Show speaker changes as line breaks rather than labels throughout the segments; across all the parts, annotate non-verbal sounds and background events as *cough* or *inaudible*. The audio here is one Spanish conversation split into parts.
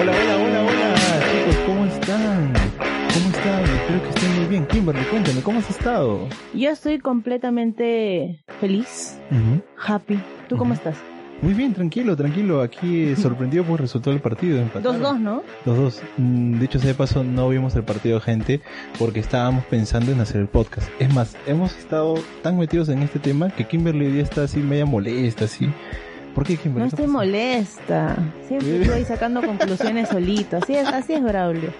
Hola, hola, hola, hola, chicos, ¿cómo están? ¿Cómo están? Espero que estén muy bien. Kimberly, cuéntame, ¿cómo has estado?
Yo estoy completamente feliz, happy. ¿Tú cómo estás?
Muy bien, tranquilo, tranquilo. Aquí eh, sorprendido por el resultado del partido. empataron.
2-2, ¿no?
2-2. Mm, Dicho sea de paso, no vimos el partido, gente, porque estábamos pensando en hacer el podcast. Es más, hemos estado tan metidos en este tema que Kimberly hoy día está así media molesta, así. ¿Por qué Kimberly?
No
¿Qué
estoy
pasa?
molesta. Siempre estoy *laughs* sacando conclusiones solito. Así es, así es Braulio.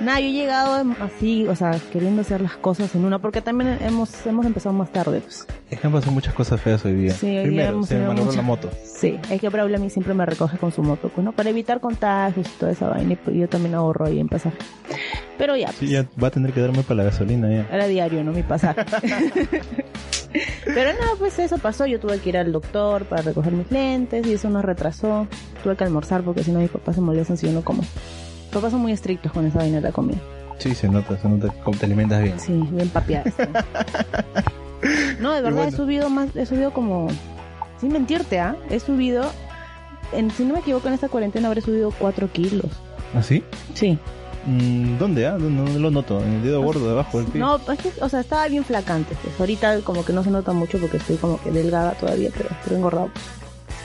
Nada, yo he llegado así, o sea, queriendo hacer las cosas en una, porque también hemos, hemos empezado más tarde. Pues.
Es que han pasado muchas cosas feas hoy día.
Sí, hoy día
Primero,
hemos
se me
tenido
malogró la
muchas-
moto.
Sí, es que Braulio a mí siempre me recoge con su moto, pues, ¿no? Para evitar contagios y toda esa vaina, y pues yo también ahorro ahí en pasar. Pero ya, pues,
Sí, ya va a tener que darme para la gasolina ya.
Era diario, no mi
*laughs*
pasar. Pero nada, pues eso pasó. Yo tuve que ir al doctor para recoger mis lentes y eso nos retrasó. Tuve que almorzar porque si no mis papás se molestan si yo no como. Mis papás son muy estrictos con esa vaina de la comida.
Sí, se nota, se nota cómo te alimentas bien.
Sí, bien papeadas.
*laughs*
No, de
Y
verdad he
bueno.
subido más, he subido como, sin mentirte, ¿ah? He subido, en- si no me equivoco, en esta cuarentena habré subido 4 kilos.
¿Así?
Sí.
Mm, ¿Dónde? Ah? No, no lo noto. En el dedo gordo, debajo del pie.
No, pues es que, o sea, estaba bien flacante. Pues. Ahorita como que no se nota mucho porque estoy como que delgada todavía, pero estoy engordado.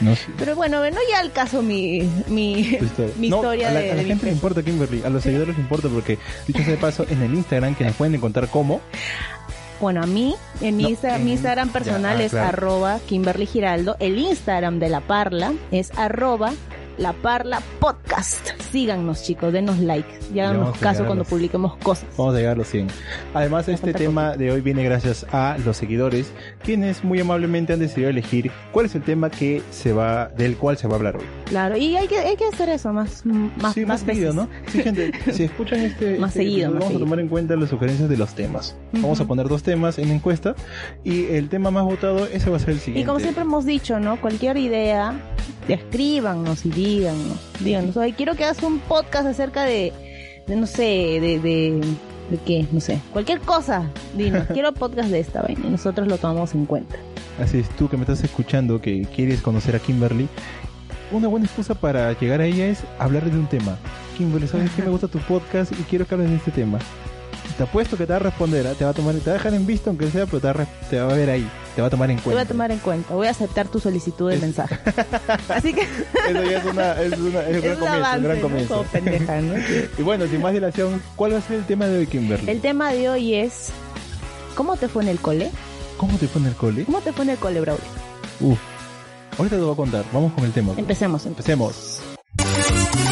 No sé.
Pero bueno, no ya al caso mi, mi,
Tu historia.
*laughs* mi
No,
historia
a la,
de,
a la
de mi
gente le
peso.
importa Kimberly, a los seguidores les importa porque dicho sea de paso en el Instagram que nos pueden encontrar como
Bueno, a mí, en mi,
No,
Insta-
en-
mi Instagram personal
ya, ah,
es
claro.
arroba Kimberly Giraldo. El Instagram de La Parla es arroba La Parla Podcast. Síganos, chicos, denos like. Y háganos
vamos a Oh. llegar
caso
a
cuando
los-
publiquemos cosas.
vamos a llegar a los 100. Además este
falta
tema de hoy viene gracias a los seguidores quienes muy amablemente han decidido elegir cuál es el tema que se va del cual se va a hablar hoy.
Claro, y hay que, hay que hacer eso más, más,
sí,
más
seguido,
veces.
¿no? Sí, gente,
*laughs*
si escuchan este,
Más
este
seguido,
episodio,
más
vamos
seguido.
a tomar en cuenta las sugerencias de los temas. Vamos a
Ujú.
poner dos temas en la encuesta y el tema más votado ese va a ser el siguiente.
Y como siempre hemos dicho, ¿no? Cualquier idea, escríbanos y díganos. Díganos, oye, quiero que hagas un podcast acerca de, de, no sé, de, de, de qué, no sé. Cualquier cosa,
*laughs*
dinos, quiero podcast de esta vaina. Y nosotros lo tomamos en cuenta.
Así es, tú que me estás escuchando, que quieres conocer a Kimberly, una buena excusa para llegar a ella es hablar de un tema. Kimberly, ¿sabes qué? Me gusta tu podcast y quiero que hables de este tema. Te apuesto que te va a responder, ¿ah? te va a tomar, te va a dejar en visto aunque sea, pero te va a, re- te va a ver ahí, te va a tomar en
Lo voy
cuenta.
a tomar en cuenta, voy a aceptar tu solicitud de
Es- *laughs*
mensaje. Así que
Eso ya es, una, es, una- es un gran
*laughs* es un
comienzo, un gran
avance, ¿no?
comienzo.
Como
*laughs*
pendeja, ¿no?
Y bueno, sin más dilación, ¿cuál va a ser el tema de hoy, Kimberly?
El tema de hoy es, ¿cómo te fue en el cole?
¿Cómo te fue en el cole?
¿Cómo te fue en el cole, Braulio? Uh.
Uf, ahorita te lo voy a contar, vamos con el tema.
Empecemos, empecemos.
Empecemos.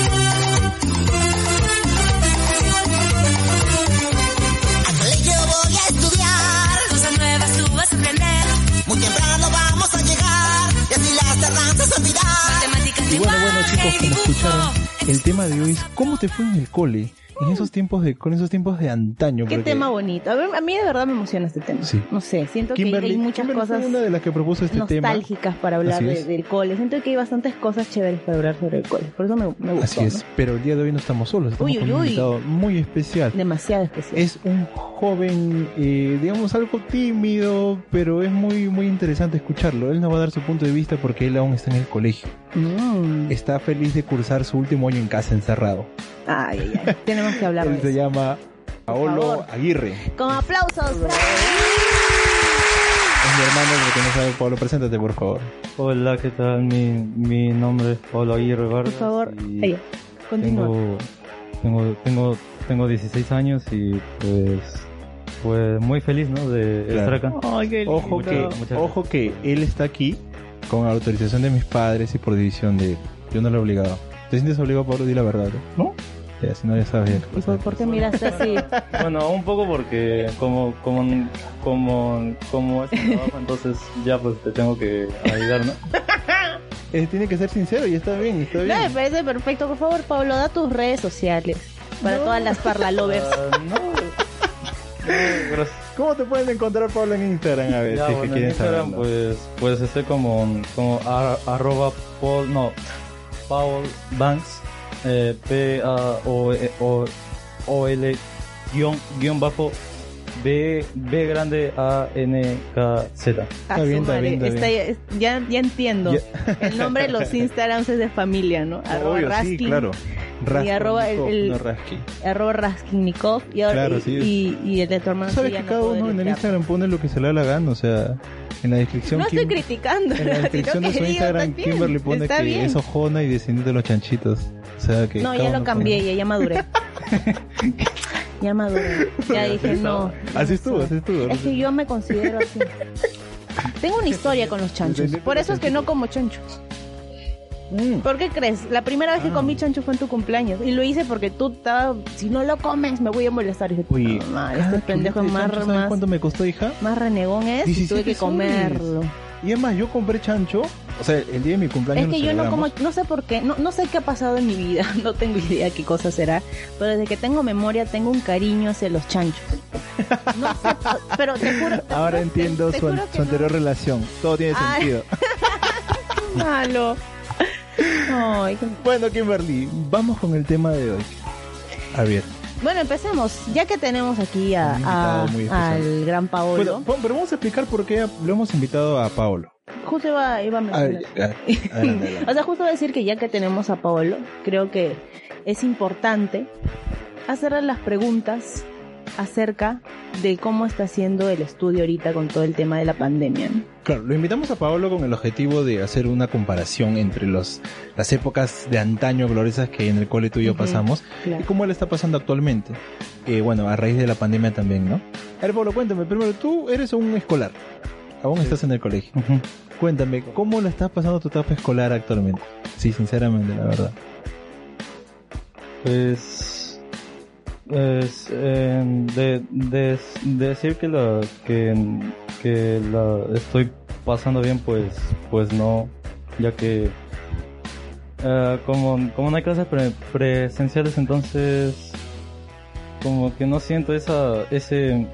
Colegio voy a estudiar, cosas nuevas tú vas a aprender. Muy temprano vamos a llegar y así las tardanzas olvidar. Matemáticas,
Y bueno, bueno chicos,
lenguaje y
como escucharon,
dibujo.
el tema de hoy es cómo te fue en el cole, en esos tiempos de, con esos tiempos de antaño.
Uh. Qué
porque
tema bonito. A, ver, a mí de verdad me emociona este tema.
Sí.
No sé, siento que
Kimberly,
hay muchas
Kimberly
cosas
fue una de las que propuso este tema.
nostálgicas para hablar
Así
de-
es.
del cole. Siento que hay bastantes cosas chéveres para hablar sobre el cole. Por eso me, me gustó.
Así es, pero el día de hoy no estamos solos, estamos
Uy, uy,
con un
uy.
invitado muy especial.
¿no? Demasiado especial.
Es un joven, eh, digamos, algo tímido, pero es muy, muy interesante escucharlo. Él nos va a dar su punto de vista porque él aún está en el colegio.
Mm.
Está feliz de cursar su último año en casa encerrado.
Ay, ay, ay. Tenemos que hablar
Él se
de eso.
llama
Por
Paolo
favor.
Aguirre.
Con aplausos. bravo.
Es mi hermano, porque no sabe, Paolo, preséntate por favor.
Hola, ¿qué tal? Mi, mi nombre es Pablo Aguirre
Por
Vargas.
favor,
y
ella. Continúa.
Tengo, tengo, tengo, tengo 16 años y pues, pues muy feliz, ¿no? De estar
Claro.
acá.
Ay, qué
Ojo
Muchas-
que,
muchas gracias.
ojo que él está aquí con autorización de mis padres y por decisión de él. Yo no lo he obligado. ¿Te sientes obligado, Pablo? Di la verdad. ¿No? Ya, si no, ya sabes. ya qué
¿Y
cosa.
por, por qué miraste así?
*laughs* Bueno, un poco porque como como como como es mi trabajo, entonces ya pues te tengo que
*laughs*
ayudar, ¿no?
Eh, tiene que ser sincero y está bien, está bien.
No, me parece perfecto. Por favor, Pablo, da tus redes sociales para todas las parlalovers.
Ah, no. No, gracias.
¿Cómo te pueden encontrar, Pablo, en Instagram? A ver,
Ya,
si es que
bueno, en
quieren
Instagram,
saberlo.
pues, pues estoy como, como ar- arroba Paul, no, Paul Banks, eh, E, P-A-O-L, guión, guión bajo, B, B grande A-N-K-Z.
Ah,
Está bien,
su
está
madre.
bien, está
Está- es- ya, ya entiendo. El nombre
*laughs*
de los Instagrams es de familia, ¿no? Arroba
Obvio, sí,
Raskin,
claro. Raskin,
arroba el-
no,
el-
no Raskin.
arroba Raskinnikov y, ahora-
Claro,
y-
sí.
y, y el de tu hermano.
Sabes
sí,
que
ya no
cada
puedo
uno en el
deletrear.
Instagram pone lo que se le da la gana, o sea, en la descripción.
No estoy
Kim-
criticando. *laughs*
En la
sino
descripción de
que
su
digo,
Instagram,
está bien,
Kimberly pone
está
que
bien.
es ojona y descendiente de los chanchitos. O sea que.
No,
cada
ya lo
uno
cambié,
pone-
ya,
*laughs*
ya maduré. ya maduré. Ya dije, no.
Así estuvo, así estuvo.
Es que yo me considero así. Tengo una historia con los chanchos. Por eso es que no como chanchos.
Mm.
¿Por qué crees? La primera vez que
Ah.
comí chancho fue en tu cumpleaños. Y lo hice porque tú estabas. Si no lo comes, me voy a molestar. Y dije,
Oye,
"Puta madre,
cada
este pendejo es
chuleta de
más,
chancho, ¿saben
más,
cuánto me costó, hija?
más renegón es. Y
17
tuve que
soles.
comerlo.
Y además, yo compré chancho. O sea, el día de mi cumpleaños.
Es que
lo
yo no como,
celebramos.
no sé por qué, no, no sé qué ha pasado en mi vida, *laughs* no tengo idea qué cosa será, pero desde que tengo memoria tengo un cariño hacia los chanchos. No sé, pero te juro. te juro
Ahora
que-
entiendo
te
su,
juro que
su
no.
anterior relación. Todo tiene
Ay.
sentido. *laughs*
Malo. Ay, qué-
Bueno, Kimberly, vamos con el tema de hoy. A ver.
Bueno, empecemos. Ya que tenemos aquí a,
Un invitado
a-
muy especial.
al gran Paolo,
Bueno, pa- pero vamos a explicar por qué lo hemos invitado a Paolo.
justo iba, iba a
A ver,
mencionar.
a- adelante, adelante.
O sea, justo voy a decir que ya que tenemos a Paolo, creo que es importante hacerle las preguntas acerca de cómo está haciendo el estudio ahorita con todo el tema de la pandemia. ¿no?
Claro, lo invitamos a Paolo con el objetivo de hacer una comparación entre los, las épocas de antaño gloriosas que en el cole tú y yo
Ujú.
pasamos y cómo le está pasando actualmente. Eh, bueno, a raíz de la pandemia también, ¿no? A ver, Paolo, cuéntame, primero, tú eres un escolar, aún estás en el colegio.
Ujú.
Cuéntame, ¿cómo la estás pasando tu etapa escolar actualmente? Sí, sinceramente, la verdad.
Pues, pues, eh, de, de- de decir que la que, que la estoy pasando bien, pues, pues no, ya que eh, como, como no hay clases pre- presenciales, entonces como que no siento esa ese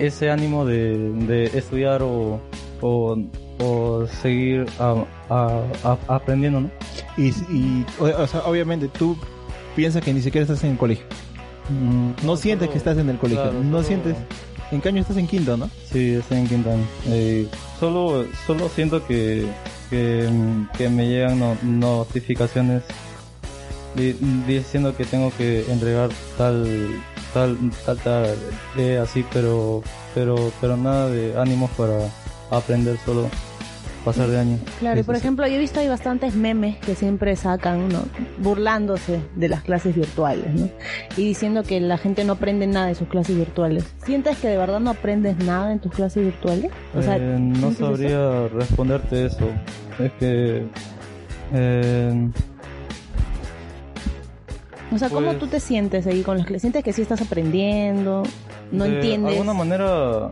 ese ánimo de, de estudiar o, o, o seguir a- a- a- aprendiendo, ¿no?
Y, y o- o sea, obviamente, tú piensas que ni siquiera estás en el colegio. Mm, No sientes que estás en el colegio,
Claro,
no
solo-
sientes... En cambio estás en quinto, ¿no?
Sí, estoy en quinto año. Eh, solo, solo siento que, que, que me llegan no- notificaciones di- diciendo que tengo que entregar tal tal tal tal eh, así pero pero pero nada de ánimos para aprender solo pasar de año
Claro, y
Sí,
por
sí, sí.
ejemplo, yo he visto hay bastantes memes que siempre sacan, ¿no? Burlándose de las clases virtuales, ¿no? Y diciendo que la gente no aprende nada de sus clases virtuales. ¿Sientes que de verdad no aprendes nada en tus clases virtuales? O sea,
Eh, no
¿sientes eso?
sabría responderte eso. Es que. eh,
O sea, ¿cómo
Pues-
tú te sientes ahí con las clases? ¿Sientes que sí estás aprendiendo? ¿No
de
entiendes?
alguna manera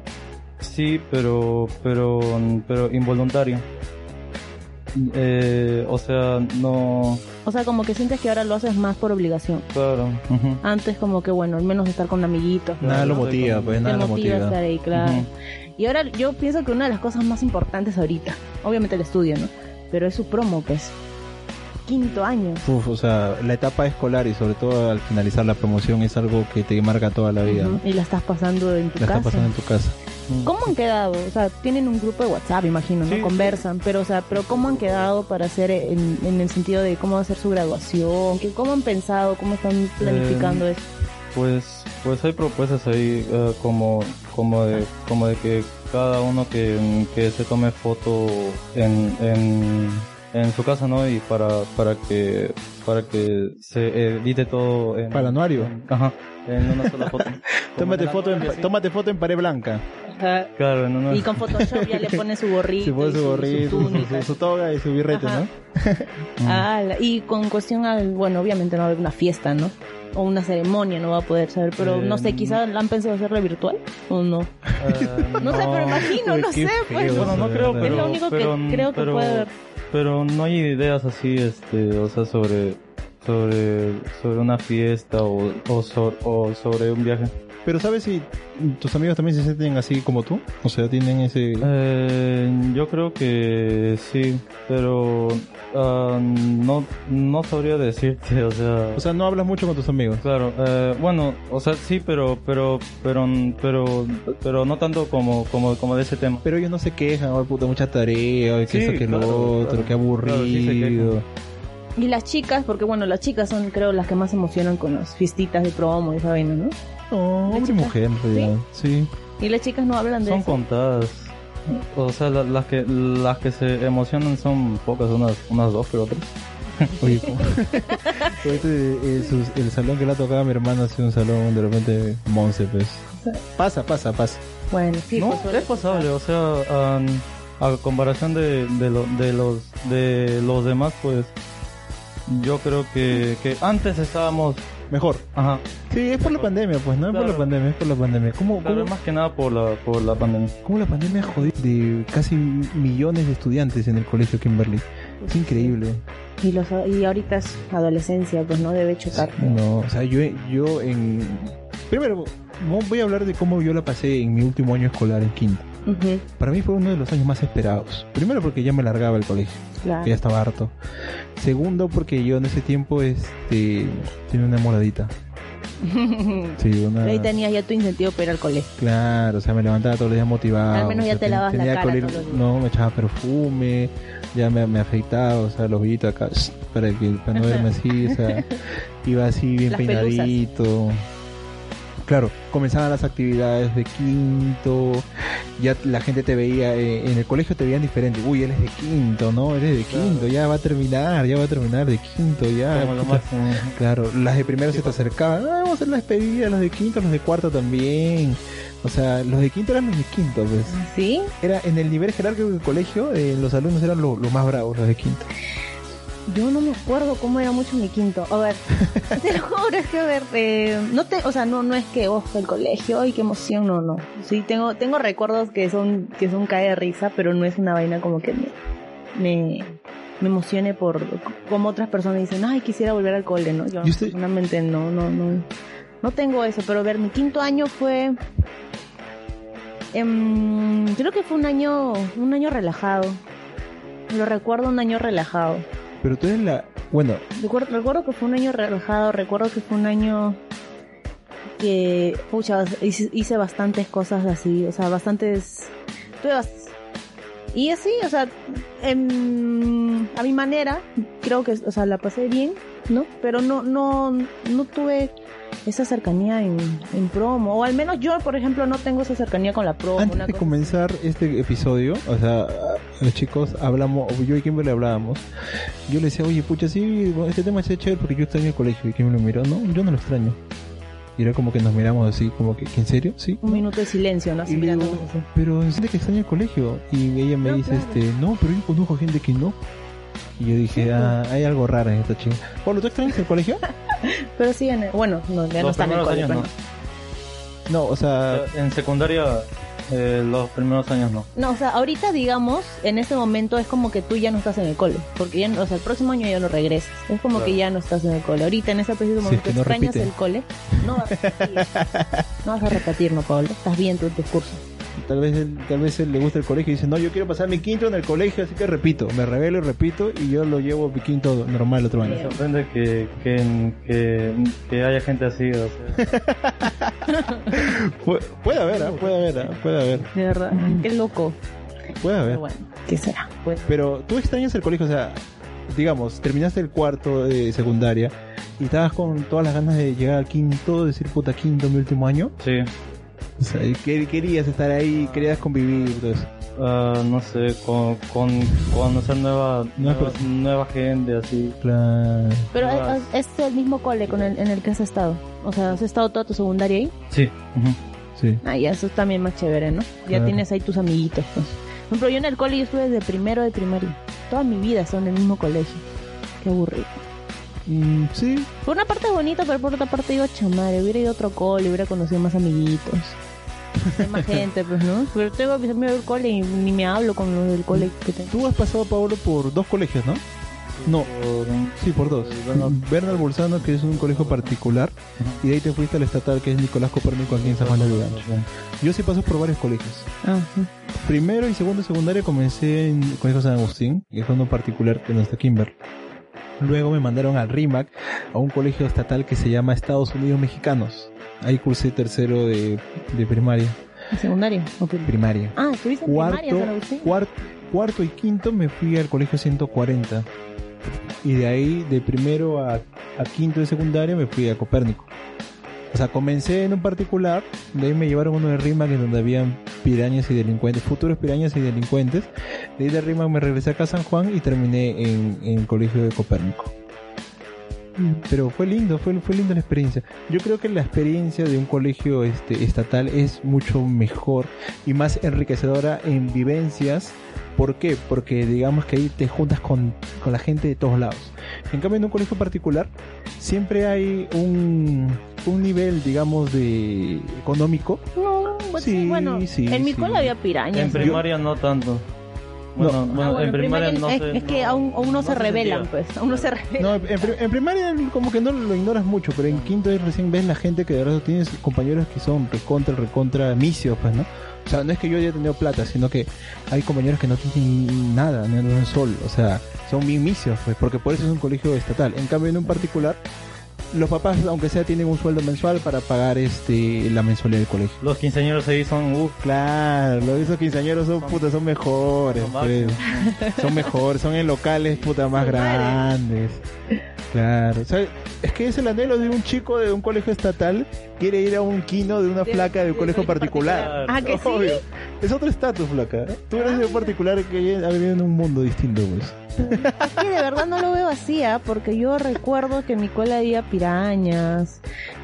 sí, pero pero pero involuntario. Eh, o sea, no,
O sea, como que sientes que ahora lo haces más por obligación.
claro. ujú.
Antes como que, bueno, al menos estar con amiguitos. ¿no?
Nada
Claro,
lo
estoy
motiva,
con-
pues
Te
nada lo
motiva a
motiva.
estar ahí, claro.
Ujú.
Y ahora yo pienso que una de las cosas más importantes ahorita, obviamente el estudio, ¿no? Pero es su promo, pues. Quinto año.
Uf, o sea, la etapa escolar y sobre todo al finalizar la promoción es algo que te marca toda la vida. ¿no?
Ujú. Y la estás pasando en tu
La
casa.
estás pasando en tu casa.
¿Cómo han quedado? O sea, tienen un grupo de WhatsApp, imagino, ¿no?
Sí,
Conversan, pero, o sea, pero ¿cómo han quedado para hacer en, en el sentido de cómo va a ser su graduación? ¿Qué, ¿Cómo han pensado? ¿Cómo
Eh.
están planificando eso?
Pues, pues hay propuestas ahí eh, como, como de, como de que cada uno que, que se tome foto en, en, en su casa, ¿no? Y para, para que, para que se edite todo en,
Para el anuario.
ajá, en una sola foto. Como
*laughs* Tómate
en el
foto, en,
anuario, sí.
tómate foto en pared blanca.
Claro, en una.
Y con Photoshop ya le pone su
*laughs*
gorrito.
Se pone
y
su gorrito,
su
su, *laughs*
túnica.
su toga y su birrete,
Ajá.
¿no?
*laughs* Mm.
Ah, la- y con cuestión al, bueno, obviamente no va a haber una fiesta, ¿no? o una ceremonia no va a poder saber, pero
Eh,
no sé, quizás la han pensado hacerla virtual o no.
Eh,
No sé, pero imagino,
Uy,
no
qué
sé, pues.
feo,
Bueno, no
de
creo,
verdad.
pero...
es lo único
pero-
que creo que
pero-
puede haber.
Pero no hay ideas así, este, o sea, sobre... Sobre, sobre una fiesta o, o, so- o sobre un viaje.
Ah.
Pero ¿sabes si tus amigos también se sienten así como tú? O sea, tienen ese...
Eh, yo creo que sí, pero ah, no, no sabría decirte, o sea...
O sea, no hablas mucho con tus amigos.
Claro, eh, bueno, o sea, sí, pero, pero, pero, pero, pero no tanto como, como, como de ese tema.
Pero ellos no se quejan, oh puta, mucha tarea, ay, que
Sí,
eso, que
claro,
lo otro,
claro.
que aburrido.
Claro, sí se quejan.
Y las chicas, porque bueno, las chicas son creo las que más se emocionan con las fiestitas de promo y esa vaina, ¿no?
no,
¿La
hombre y
chica?
mujer, en realidad. Sí.
Y las chicas no hablan de
Son
eso.
contadas. O sea, la- las que las que se emocionan son pocas, unas, unas dos, pero otras.
Oye, *laughs* como- Este, eh, sus- el salón que le ha tocado a mi hermana ha sido un salón de repente monce, pues. Pasa, pasa, pasa.
Bueno, sí,
no,
pues, suele
es pasable, o sea, am, a comparación de, de, lo- de los de los demás, pues yo creo que, que antes estábamos,
Mejor.
ajá,
Sí, es por la pandemia, pues, no es por
Claro.
la pandemia, es por la pandemia. ¿Cómo,
claro,
cómo-
más que nada por la por la pandemia.
cómo la pandemia jodió de casi millones de estudiantes en el colegio Kimberly? Es increíble.
Y, los, y ahorita es adolescencia, pues no debe chocar.
No, o sea, yo, yo en... Primero, vo- voy a hablar de cómo yo la pasé en mi último año escolar en quinto.
Ujú,
Para mí fue uno de los años más esperados. Primero porque ya me largaba el colegio,
claro.
que ya estaba harto. Segundo porque yo en ese tiempo este, tenía una moradita. Sí, una...
Pero *laughs* Ahí tenías ya tu incentivo para ir al colegio.
Claro, o sea, me levantaba todos los días motivado.
Al menos ya
o sea,
te
ten-
lavabas la
tenía
cara
color-
todos los días.
No, me echaba perfume, ya me, me afeitaba, o sea, los vellitos acá, para que para no verme así, o
*laughs*
sea, iba así bien
Las pelusas.
peinadito. Claro, comenzaban las actividades de quinto, ya la gente te veía, eh, en el colegio te veían diferente, uy, eres de quinto, ¿no? Eres de
Claro.
quinto, ya va a terminar, ya va a terminar de quinto, Ah, ya.
como lo
puta.
máximo.
Claro, las de primero se te acercaban, ah, vamos a hacer las despedida, los de quinto, los de cuarto también. O sea, los de quinto eran los de quinto, pues.
¿Sí?
Era en el nivel jerárquico del colegio, eh, los alumnos eran lo- los más bravos, los de quinto.
Yo no me acuerdo cómo era mucho mi quinto. A
*laughs*
ver, te lo juro, es que a ver, eh, no te, o sea, no, no es que, oh, el colegio, ay, qué emoción, no, no. Sí, tengo, tengo recuerdos que son, que son cae de risa, pero no es una vaina como que me, me, me emocione por, como otras personas dicen, ay, quisiera volver al cole, ¿no? Yo
¿Y usted?
personalmente no, no, no, no tengo eso, pero a ver, mi quinto año fue, em, creo que fue un año, un año relajado. Lo recuerdo un año relajado.
Pero tú eres la. Bueno,
Recuer- Recuerdo, que fue un año relajado, recuerdo que fue un año que, pucha, hice, hice bastantes cosas así, o sea, bastantes... tuve bas- Y así, o sea, em, a mi manera, creo que, o sea, la pasé bien, ¿no? Pero no, no, no tuve esa cercanía en, en promo, o al menos yo, por ejemplo, no tengo esa cercanía con la promo. Oh, una
antes de
cosa-
comenzar este episodio, o sea, los chicos hablamos, yo y Kimberly hablábamos. Yo le decía, oye, pucha, sí, este tema es chévere porque yo extraño el colegio. Y Kimberly me miró, no, yo no lo extraño. Y era como que nos miramos así, como que, ¿en serio? Sí.
Un minuto de silencio, ¿no? Así
Y le digo,
mirándonos así.
pero siente que extraña el colegio. Y ella me
No,
dice,
claro.
este, no, pero yo conozco gente que no. Y yo dije, ah,
pues.
hay algo raro en esta chinga. Pablo, ¿tú extrañas el
*laughs*
colegio?
Pero sí, en el- bueno, no, ya no
Los
está en el
primeros
colegio.
años no. Ah,
¿no?
No, o sea,
En secundaria, eh, los primeros años no.
No, o sea, ahorita digamos, en este momento es como que tú ya no estás en el cole, porque ya, no- o sea, el próximo año ya no regresas. Es como
Claro.
que ya no estás en el cole. Ahorita en ese preciso
Si es
momento
que no
extrañas
repite.
el cole, no vas a repetir.
*laughs*
no vas a repetir, no, Pablo. Estás bien tu discurso.
tal vez él, tal vez él le gusta el colegio y dice, no, yo quiero pasar mi quinto en el colegio, así que repito, me revelo y repito y yo lo llevo mi quinto normal otro
Me
año.
sorprende que, que, que, que haya gente así, o sea,
*laughs* Pu- puede haber, ah, puede haber, ah, puede haber,
De verdad, qué loco.
puede haber.
Pero bueno, ¿qué será? Pues
Pero tú extrañas el colegio, o sea, digamos, terminaste el cuarto de secundaria y estabas con todas las ganas de llegar al quinto, decir, puta, quinto, mi último año.
sí.
O sea, y quer- querías estar ahí, querías convivir, todo eso.
Ah, no sé, con, con conocer nueva,
Nuevas
nueva,
personas.
nueva gente, así.
Pero
Ah.
es, es el mismo cole con el, en el que has estado. O sea, has estado toda tu secundaria ahí.
Sí.
Sí.
Ah, ya, eso es también más chévere, ¿no? Ya
Claro.
tienes ahí tus amiguitos. Pues. Por ejemplo, yo en el colegio estuve desde primero de primaria. Toda mi vida son en el mismo colegio. Qué aburrido.
Mm, sí,
Por una parte es bonito, pero por otra parte digo, chamare, hubiera ido a otro cole, hubiera conocido más amiguitos. más gente, pues, ¿no? Pero tengo a mis amigos del cole y ni me hablo con los del cole que tengo.
tú has pasado, Pablo, por dos colegios, ¿no? No,
Por- eh,
sí, por dos.
Bernard-
Bernard Bolzano, que es un colegio particular, y de ahí te fuiste al estatal, que es Nicolás Copérnico, aquí en San Juan de Lurigancho. Yo sí paso por varios colegios.
Ah, sí.
Primero y segundo de secundaria comencé en el Colegio San Agustín, que es uno particular que no está Kimber. Luego me mandaron al RIMAC, a un colegio estatal que se llama Estados Unidos Mexicanos. Ahí cursé tercero de, de primaria.
¿En secundaria? ¿O prim-
Primaria.
Ah, ¿estuviste en
Cuarto,
primaria, San Agustín?
cuar- cuarto y quinto me fui al colegio 140. Y de ahí, de primero a, a quinto de secundaria, me fui a Copérnico. O sea, comencé en un particular, de ahí me llevaron a uno de Rimac en donde habían pirañas y delincuentes, futuros pirañas y delincuentes. De ahí de Rimac me regresé acá a San Juan y terminé en, en el colegio de Copérnico. Pero fue lindo, fue, fue linda la experiencia. Yo creo que la experiencia de un colegio este, estatal es mucho mejor y más enriquecedora en vivencias. ¿Por qué? Porque digamos que ahí te juntas con, con la gente de todos lados. En cambio, en un colegio particular siempre hay un, un nivel, digamos, de económico.
No, pues sí,
Sí,
bueno,
sí,
en mi
sí.
cole había pirañas.
En primaria no tanto. Bueno,
No.
bueno,
Ah, bueno,
en primaria, no
es,
se-
es que
no-
aún, aún no, se revelan,
sentía.
pues. Aún no se revelan.
No, en, pri- en primaria como que no lo ignoras mucho, pero en quinto ahí recién ves la gente que de verdad tienes compañeros que son recontra, recontra misios, pues, ¿no? O sea, no es que yo haya tenido plata, sino que hay compañeros que no tienen nada, no tienen un sol, o sea, son bien misios, pues, porque por eso es un colegio estatal. En cambio, en un particular, los papás, aunque sea, tienen un sueldo mensual para pagar este la mensualidad del colegio.
Los quinceañeros ahí son uh,
Claro, los esos quinceañeros son, putas, son mejores,
Son
pues. son mejores, son en locales puta más grandes. Claro, o sea, es que es el anhelo de un chico de un colegio estatal quiere ir a un kino de una
De-
flaca de un
de
colegio
colegio
particular.
particular.
Ah, que sí. Ah,
Obvio. Es otro estatus, flaca. Tú eres de un particular que ha vivido en un mundo distinto, pues.
que de verdad no lo veo así, ¿ah? porque yo recuerdo que en mi cola había pirañas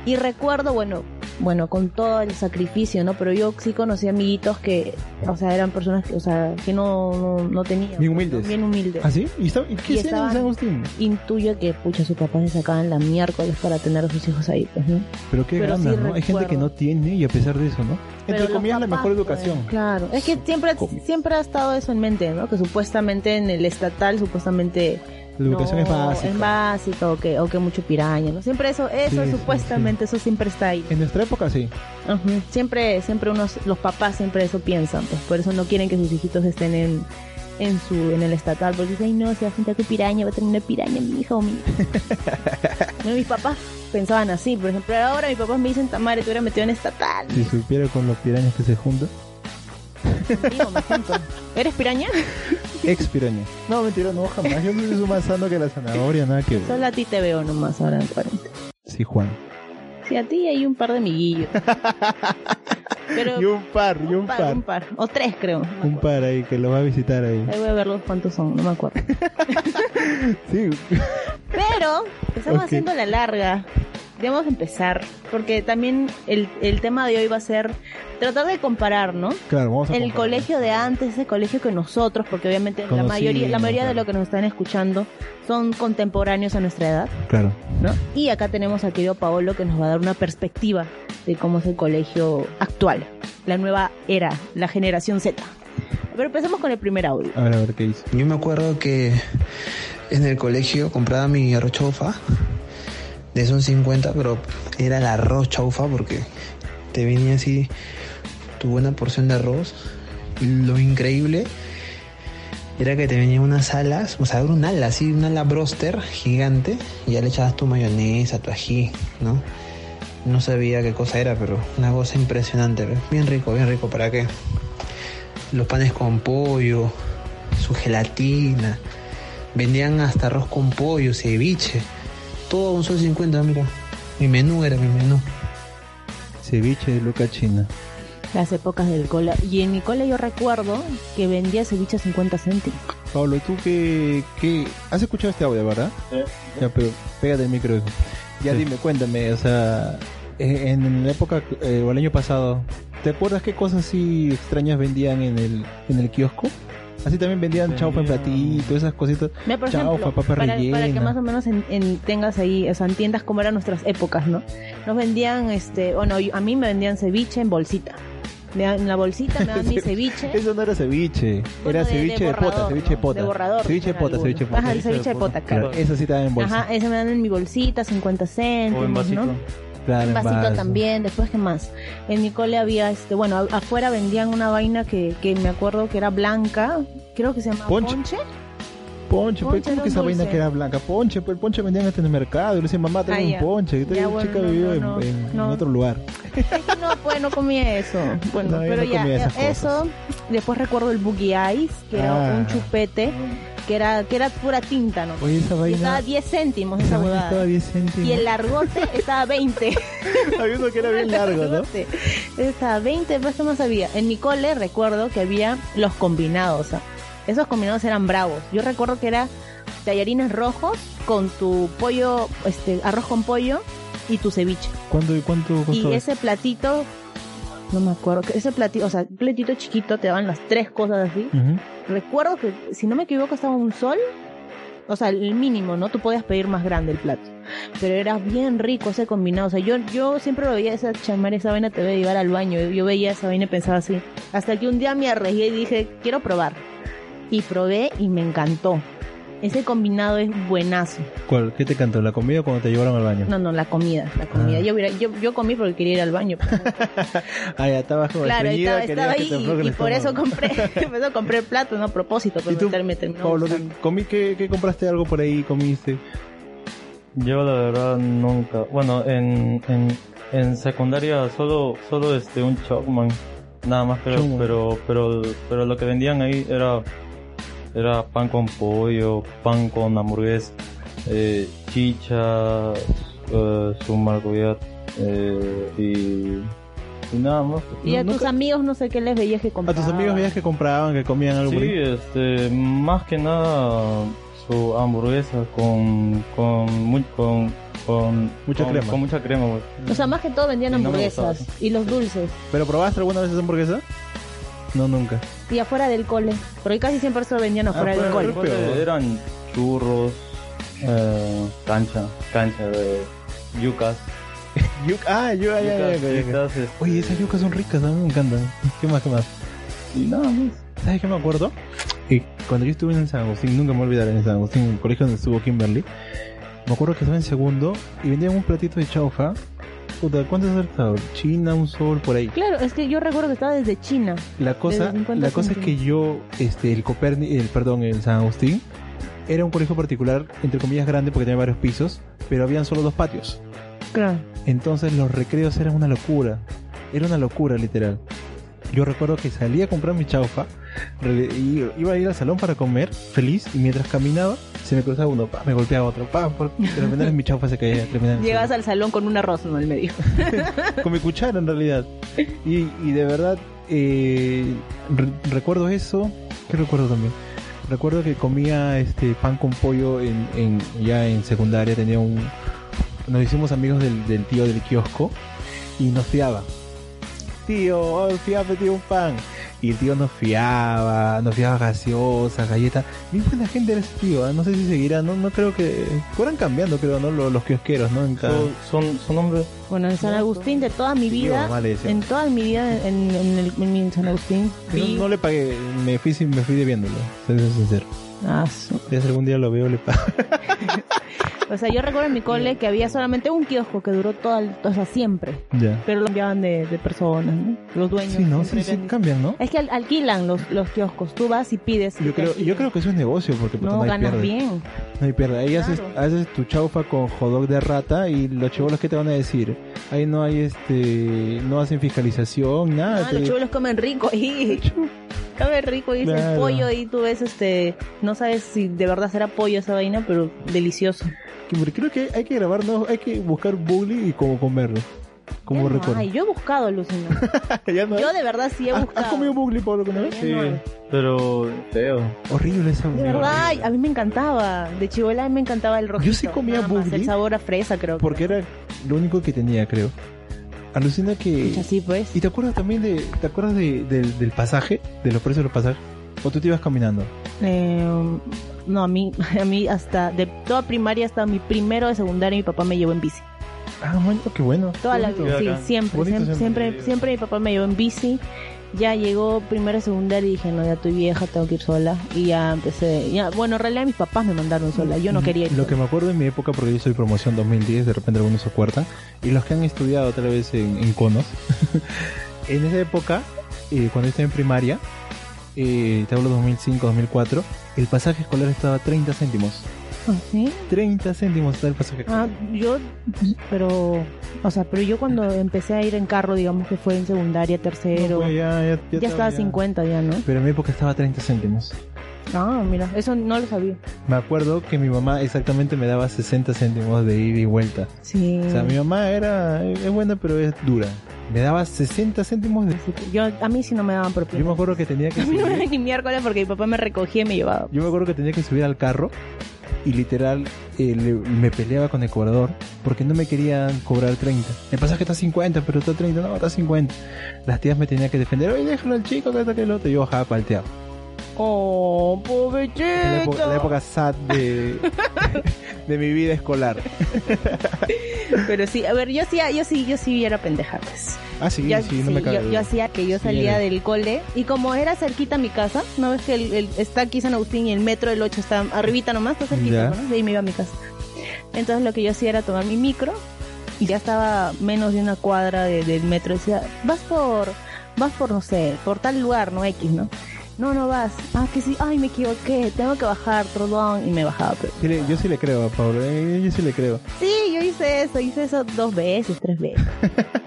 y recuerdo, bueno, bueno, con todo el sacrificio, ¿no? Pero yo sí conocí amiguitos que, o sea, eran personas que, o sea, que no, no, no tenían. pues,
Bien
¿no?
humildes.
Bien humildes.
¿Ah, sí? ¿Y, está- y qué hacían
Y
en
estaban-
San Agustín?
Intuyo que, pucha, sus papás le sacaban la miércoles para tener a sus hijos ahí, pues, ¿no?
Pero qué
Pero sí
ganas, ¿no? Hay gente que
recuerdo.
no tiene y a pesar de eso, ¿no?
Pero
Entre
los
comillas, la
papás,
mejor
pues,
educación.
Claro, es que siempre,
comillas.
siempre ha estado eso en mente, ¿no? Que supuestamente en el estatal, supuestamente...
La educación es
no,
básica.
Es básica, o que, o que mucho piraña, ¿no? Siempre eso, eso
Sí, sí,
supuestamente, eso siempre está ahí.
En nuestra época, sí.
Ujú. Siempre, siempre unos, los papás siempre eso piensan, pues por eso no quieren que sus hijitos estén en, en su, en el estatal, porque dicen, ay no, se va a juntar con piraña, va a tener una piraña mi hija o
*laughs*
mi hija". No, mis papás pensaban así, por ejemplo, ahora mis papás me dicen, Tamara, tú eras metido en estatal. *laughs*
Si supiera con los pirañas que se juntan.
Digo, me junto. ¿Eres piraña?
Ex piraña. No, mentira, no, jamás. Yo soy más sano que la zanahoria, nada que ver.
Solo a ti te veo nomás ahora en cuarentena.
Sí, Juan.
Sí, a ti hay un par
*laughs*
de miguillos. Pero
Y un par, y un
un par,
par.
un par. O tres creo. no me
Un
acuerdo.
par ahí, que lo va a visitar ahí.
Ahí voy a ver los cuántos son, no me acuerdo.
Sí,
Pero estamos
Ok.
haciendo la larga. Debemos empezar, porque también el, el tema de hoy va a ser tratar de comparar, ¿no?
claro, vamos a
El
comparar.
colegio de antes, ese colegio que nosotros, porque obviamente la
Conocimos,
mayoría, la mayoría de
claro.
los que nos están escuchando son contemporáneos a nuestra edad,
Claro.
¿no? Y acá tenemos al querido Paolo que nos va a dar una perspectiva de cómo es el colegio actual, la nueva era, la generación Z. Pero empecemos con el primer audio.
A ver, a ver qué dice.
Yo me acuerdo que en el colegio compraba mi arroz chaufa de esos 50, pero era el arroz chaufa porque te venía así tu buena porción de arroz. Y Lo increíble era que te venían unas alas, o sea, era un ala así, un ala broster gigante, y ya le echabas tu mayonesa, tu ají, ¿no? No sabía qué cosa era, pero una cosa impresionante, ¿ve? bien rico, bien rico, ¿para qué? Los panes con pollo, su gelatina. Vendían hasta arroz con pollo, ceviche. Todo a un sol 50, mira. Mi menú era mi menú.
Ceviche de Luca China.
Las épocas del cola. Y en mi cola yo recuerdo que vendía ceviche a 50 céntimos.
Pablo, ¿tú qué, qué- ¿Has escuchado este audio, verdad? Ya, pero pégate el micro. hijo. Ya
Sí.
dime, cuéntame, o sea, eh, en la época, eh, o el año pasado, ¿te acuerdas qué cosas así extrañas vendían en el, en el kiosco? Así también vendían chaufa en platito, esas cositas.
Mira, por
chaufa,
ejemplo,
papa
para,
rellena.
para que más o menos en- en- tengas ahí, o sea, entiendas cómo eran nuestras épocas, ¿no? Nos vendían, este, o no, yo- a mí me vendían ceviche en bolsita. Me dan- En la bolsita me
*laughs*
dan mi ceviche.
Eso no era ceviche,
Bueno,
era
de- de
ceviche de,
borrador,
pota, ceviche de
¿no?
pota.
De borrador,
ceviche de
dicen
pota, ceviche de
algunos.
pota.
Ajá, el ceviche de pota,
Claro,
claro.
eso sí estaba en bolsa.
Ajá, ese me dan en mi bolsita, 50
O en
céntimos,
vasito.
¿no?
claro,
Un
en
vasito
vaso.
también, después qué más. En mi cole había este, bueno, a- afuera vendían una vaina que, que me acuerdo que era blanca, creo que se llamaba
Ponche.
ponche.
Ponche, pues,
Ponche
¿cómo
era
que
un
esa vaina
dulce.
que era blanca? Ponche, pues el ponche vendían hasta en el mercado. Y le decían, mamá, trae
Ah,
un
ya.
ponche. Y
Ya,
la
bueno,
chica
no,
vivió
no,
en, en-
no.
en otro lugar.
Es que no, pues no comía eso. Bueno,
*laughs* No, yo
pero
no
ya,
comía esas
eh, eso. Después recuerdo el Boogie Eyes, que
Ah.
era un chupete, que era, que era pura tinta, ¿no?
Oye, esa
Y estaba
vaina.
10 céntimos esa
Esa vaina estaba
huevada.
10
Y
céntimos.
el largote estaba 20.
*laughs* Había uno que era bien largo,
*laughs*
¿no?
Largote. Estaba 20, pues que más había. En mi cole recuerdo que había los combinados. ¿ah? Esos combinados eran bravos. Yo recuerdo que era tallarines rojos con tu pollo, este, arroz con pollo y tu ceviche.
¿Cuánto, cuánto costó?
Y ese platito, no me acuerdo, que ese platito, o sea, un platito chiquito te daban las tres cosas así.
Ujú.
Recuerdo que, si no me equivoco, estaba un sol. O sea, el mínimo, ¿no? Tú podías pedir más grande el plato. Pero era bien rico ese combinado. O sea, yo, yo siempre lo veía, esa chamar, esa vaina te voy a llevar al baño. Yo veía esa vaina y pensaba así. Hasta que un día me arriesgué y dije, quiero probar. Y probé y me encantó. Ese combinado es buenazo.
¿Cuál? ¿Qué te cantó? ¿La comida o cuando te llevaron al baño?
No, no, la comida, la comida.
Ah.
Yo, hubiera- yo, yo comí porque quería ir al baño.
Ah, ya estaba como
Claro,
estreñida,
estaba,
quería
estaba
que
ahí
te afloje el
y, y por eso
estómago.
compré, *laughs* por eso compré el plato, no a propósito,
¿Y
pero
tú,
me terminó
Pablo,
gustando.
¿qué- comí, qué, qué compraste algo por ahí? ¿Comiste?
Yo la verdad nunca. Bueno, en, en, en secundaria solo solo este un Chocman, nada más pero
Chocman.
pero pero pero lo que vendían ahí era era pan con pollo, pan con hamburguesa, eh, chicha, eh, su margoyat eh, y, y nada más.
Y a
No,
tus
nunca-
amigos no sé qué les veías que
¿A
compraban.
tus amigos veías que compraban, que comían algo por
Sí,
ahí?
este, más que nada su hamburguesa con con mu- con, con-
Mucha
con-
crema.
con mucha crema. güey.
O sea, más que todo vendían
Y no me
hamburguesas
gustaba.
y los dulces.
¿Pero probaste alguna vez esa hamburguesa? No, nunca.
Y afuera del cole. Porque casi siempre se lo vendían afuera
afuera
del
del
cole.
cole. Golpeo.
Eran churros, eh, cancha, cancha de yucas.
Yuca- ah, yo, ya, ya,
yucas,
ya, ya, ya.
fritas, este,
Oye, esas yucas son ricas, a mí me encantan. ¿Qué más, qué más?
Y nada más.
¿Sabes qué me acuerdo? Que cuando yo estuve en San Agustín, nunca me olvidaré en San Agustín, en el colegio donde estuvo Kimberly, me acuerdo que estaba en segundo y vendían un platito de chaufa. Puta, ¿cuánto es el sabor? China, un sol, por ahí.
Claro, es que yo recuerdo que estaba desde China.
La cosa,
Desde 50
la cosa es que yo, este, el Coperni, el perdón, el San Agustín, era un colegio particular, entre comillas grande, porque tenía varios pisos, pero habían solo dos patios.
Claro.
Entonces los recreos eran una locura. Era una locura, literal. Yo recuerdo que salía a comprar mi chaufa re- y iba a ir al salón para comer, feliz, y mientras caminaba, se me cruzaba uno, pa, me golpeaba otro, pa, por- y al final mi chaufa se caía.
*laughs*
tremendamente.
Llegas al salón con un arroz en el medio.
Con mi cuchara, en realidad. Y, y de verdad, eh, re- recuerdo eso. ¿Qué recuerdo también? Recuerdo que comía este pan con pollo en, en- ya en secundaria. Tenía un. Nos hicimos amigos del, del tío del kiosco y nos fiaba. Tío, oh, fiame, tío, un pan. Y el tío nos fiaba, nos fiaba gaseosas, galletas. Bien buena gente era ese tío, ¿ah? no sé si seguirá, no, no creo que. Fueran cambiando, creo, ¿no? Los, los kiosqueros, ¿no? En cada...
Son, son, son hombres.
Bueno, en San Agustín de toda mi
Tío,
vida,
mamá le decía.
en toda mi vida en, en el, en mi San Agustín,
No,
vi...
no le pagué, me fui, sin- me fui debiéndolo, soy sincero.
Ah, su-
Ya si algún día lo veo, le
*laughs*
pago.
O sea, yo recuerdo en mi cole que había solamente un kiosco que duró toda, el- o sea, siempre.
ya.
Pero lo cambiaban de, de personas, ¿no? Los dueños.
Sí, ¿no? Sí,
siempre
sí,
eran-
cambian, ¿no?
Es que al- alquilan los, los kioscos. Tú vas y pides. y
Yo
te
creo, yo
alquilan.
creo que eso es negocio, porque puta,
No,
no hay
ganas
pierde.
bien.
No hay pierde. Ahí haces,
Claro.
haces tu chaufa con jodog de rata y los chivolos que te van a decir. Ahí no hay este, no hacen fiscalización,
Ah,
nada. te-
los chulos comen rico y *laughs* comen rico y dicen
Claro.
pollo y tú ves este, no sabes si de verdad será pollo esa vaina, pero delicioso.
que- porque Creo que hay que grabarnos, hay que buscar bully y cómo comerlo. Como
Ya no
recuerdo.
hay, yo he buscado, Lucina.
*laughs* Ya no hay.
Yo de verdad sí he
¿Has-
buscado.
¿Has comido bully, Pablo, alguna vez?
Ya
Sí,
no hay.
pero feo.
Horrible esa
De verdad, a mí me encantaba. De chivola a mí me encantaba el rojito.
Yo sí comía
nada más,
bugli.
El sabor a fresa, creo. que
Porque era lo único que tenía, creo. Alucina que...
Así pues.
¿Y te acuerdas también de, te acuerdas de, del, del pasaje? De los precios de los pasajes. O ¿O tú te ibas caminando?
Eh, no, a mí, *laughs* a mí hasta de toda primaria hasta mi primero de secundaria mi papá me llevó en bici.
Ah, bueno, qué bueno.
Toda
Qué
la
bonito.
vida, sí,
Acá.
siempre,
Bonito
siempre,
siempre.
siempre, siempre mi papá me llevó en bici. Ya llegó primero, secundaria y dije, no, ya estoy vieja, tengo que ir sola. Y ya empecé, ya, bueno, en realidad mis papás me mandaron sola, yo no quería ir
Lo
sola.
que me acuerdo en mi época, porque yo soy promoción 2010, de repente algunos se acuerdan, y los que han estudiado tal vez en, en conos, *laughs* en esa época, eh, cuando yo estaba en primaria, eh, te hablo 2005, 2004, el pasaje escolar estaba a 30 céntimos.
Ah, ¿sí?
30 céntimos estaba el pasaje escolar.
Ah, yo, pues, pero, o sea, pero yo cuando empecé a ir en carro, digamos que fue en secundaria, tercero,
No, pues, ya, ya- ya
ya, estaba
ya-
50 ya, ¿no?
Pero en mi época estaba a 30 céntimos.
Ah, mira, eso no lo sabía.
Me acuerdo que mi mamá exactamente me daba 60 céntimos de ida y vuelta.
Sí.
O sea, mi mamá era es buena pero es dura. Me daba 60 céntimos de...
Así que Yo, a mí sí no me daban
Yo me
propina.
acuerdo que tenía que
A mí *laughs* no me
subir,
daban ni miércoles porque mi papá me recogía y me llevaba.
yo me acuerdo que tenía que subir al carro y literal eh, le- me peleaba con el cobrador porque no me querían cobrar 30. El pasaje está 50, pero está 30, no, está 50. Las tías me tenían que defender, oye, déjalo al chico, que está que el otro. Y yo bajaba palteado.
Oh,
En la
pobrecito.
época, la época sad
*laughs*
de, de mi vida escolar.
Pero sí, a ver, yo sí, yo sí, yo sí era pendeja. pues.
Ah, sí,
yo,
sí, no
sí,
me cabe
yo,
duda.
yo hacía que yo
Sí,
salía
era.
del cole y como era cerquita mi casa, no ves que el, el- está aquí San Agustín y el metro del 8 está arribita nomás, está
Ya.
cerquita, ¿no? De ahí me iba a mi casa. Entonces lo que yo hacía era tomar mi micro y ya estaba menos de una cuadra de- del metro. Decía, vas por, vas por, no sé, por tal lugar, ¿no? X, ¿no? No, no vas. Ah, que sí. Ay, me equivoqué. Tengo que bajar, perdón. Y me bajaba. pues. Pero...
Sí le- yo sí le creo a Pablo, eh, yo sí le creo.
Sí, yo hice eso, hice eso dos veces, tres veces.
*laughs*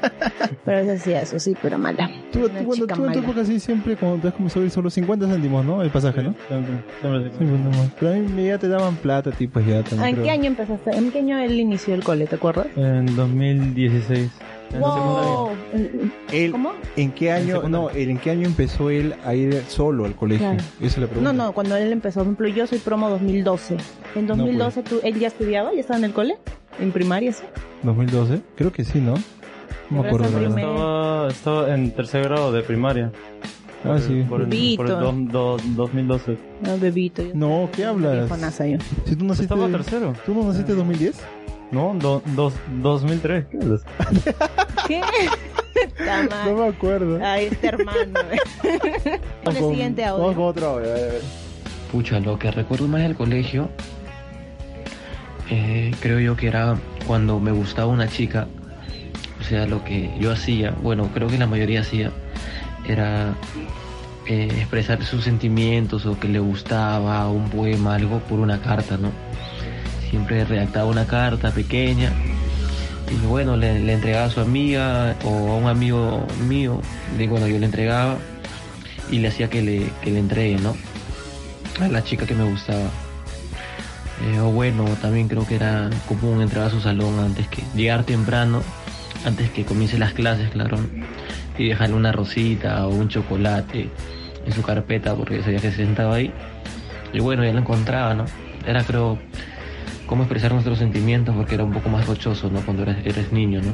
pero yo hacía eso, sí, pero mala.
Tú,
Una
tú- bueno,
chica
tú en tu
mala.
época sí siempre cuando te has comenzado a ir solo 50 céntimos, ¿no? El pasaje, ¿no?
Siempre, siempre
Sí, bueno, bueno. Pero a mí ya te daban plata, a ti, pues ya
Ah,
también.
¿En
creo.
qué año empezaste? ¿En qué año él inició el cole, te acuerdas?
En 2016. En
Wow.
Él-
¿Cómo?
¿En qué año? no, él- ¿en qué año empezó él a ir solo al colegio?
Claro.
Esa es la pregunta.
No, no, cuando él empezó, por ejemplo, yo soy promo 2012.
pues.
En 2012 tú, él ya estudiaba, ya estaba en el cole, en primaria, sí.
¿2012? Creo que sí, ¿no? No me
Pero
acuerdo,
esa
la verdad.
primer-
Estaba, estaba en tercer grado de primaria. Eh,
Ah, sí.
Por el, por el
Vito.
dos- dos- 2012.
Ah, bebito. yo-
No, ¿qué hablas?
Viejonaza yo. Ah.
Si tú naciste...
Estaba tercero.
¿Tú no naciste en 2010?
No, do- dos- 2003. ¿Qué hablas?
*laughs* ¿Qué? Está
No
mal.
me acuerdo. Oh.
Ay, este hermano.
*laughs*
Con el
Con-
siguiente
Vamos
audio.
con otro eh, audio, a ver, a ver.
Pucha, lo que recuerdo más del colegio, eh, creo yo que era cuando me gustaba una chica. O sea, lo que yo hacía, bueno, creo que la mayoría hacía, era eh, expresar sus sentimientos o que le gustaba un poema, algo por una carta, ¿no? Siempre redactaba una carta pequeña y bueno, le, le entregaba a su amiga o a un amigo mío, y bueno, yo le entregaba y le hacía que le, que le entregue, ¿no? a la chica que me gustaba. Eh, o bueno, también creo que era común entrar a su salón antes que llegar temprano, antes que comience las clases, claro, y dejarle una rosita o un chocolate en su carpeta porque sabía que se sentaba ahí. Y bueno, ya lo encontraba, ¿no? Era, creo, cómo expresar nuestros sentimientos porque era un poco más rochoso, ¿no? Cuando eres, eres niño, ¿no?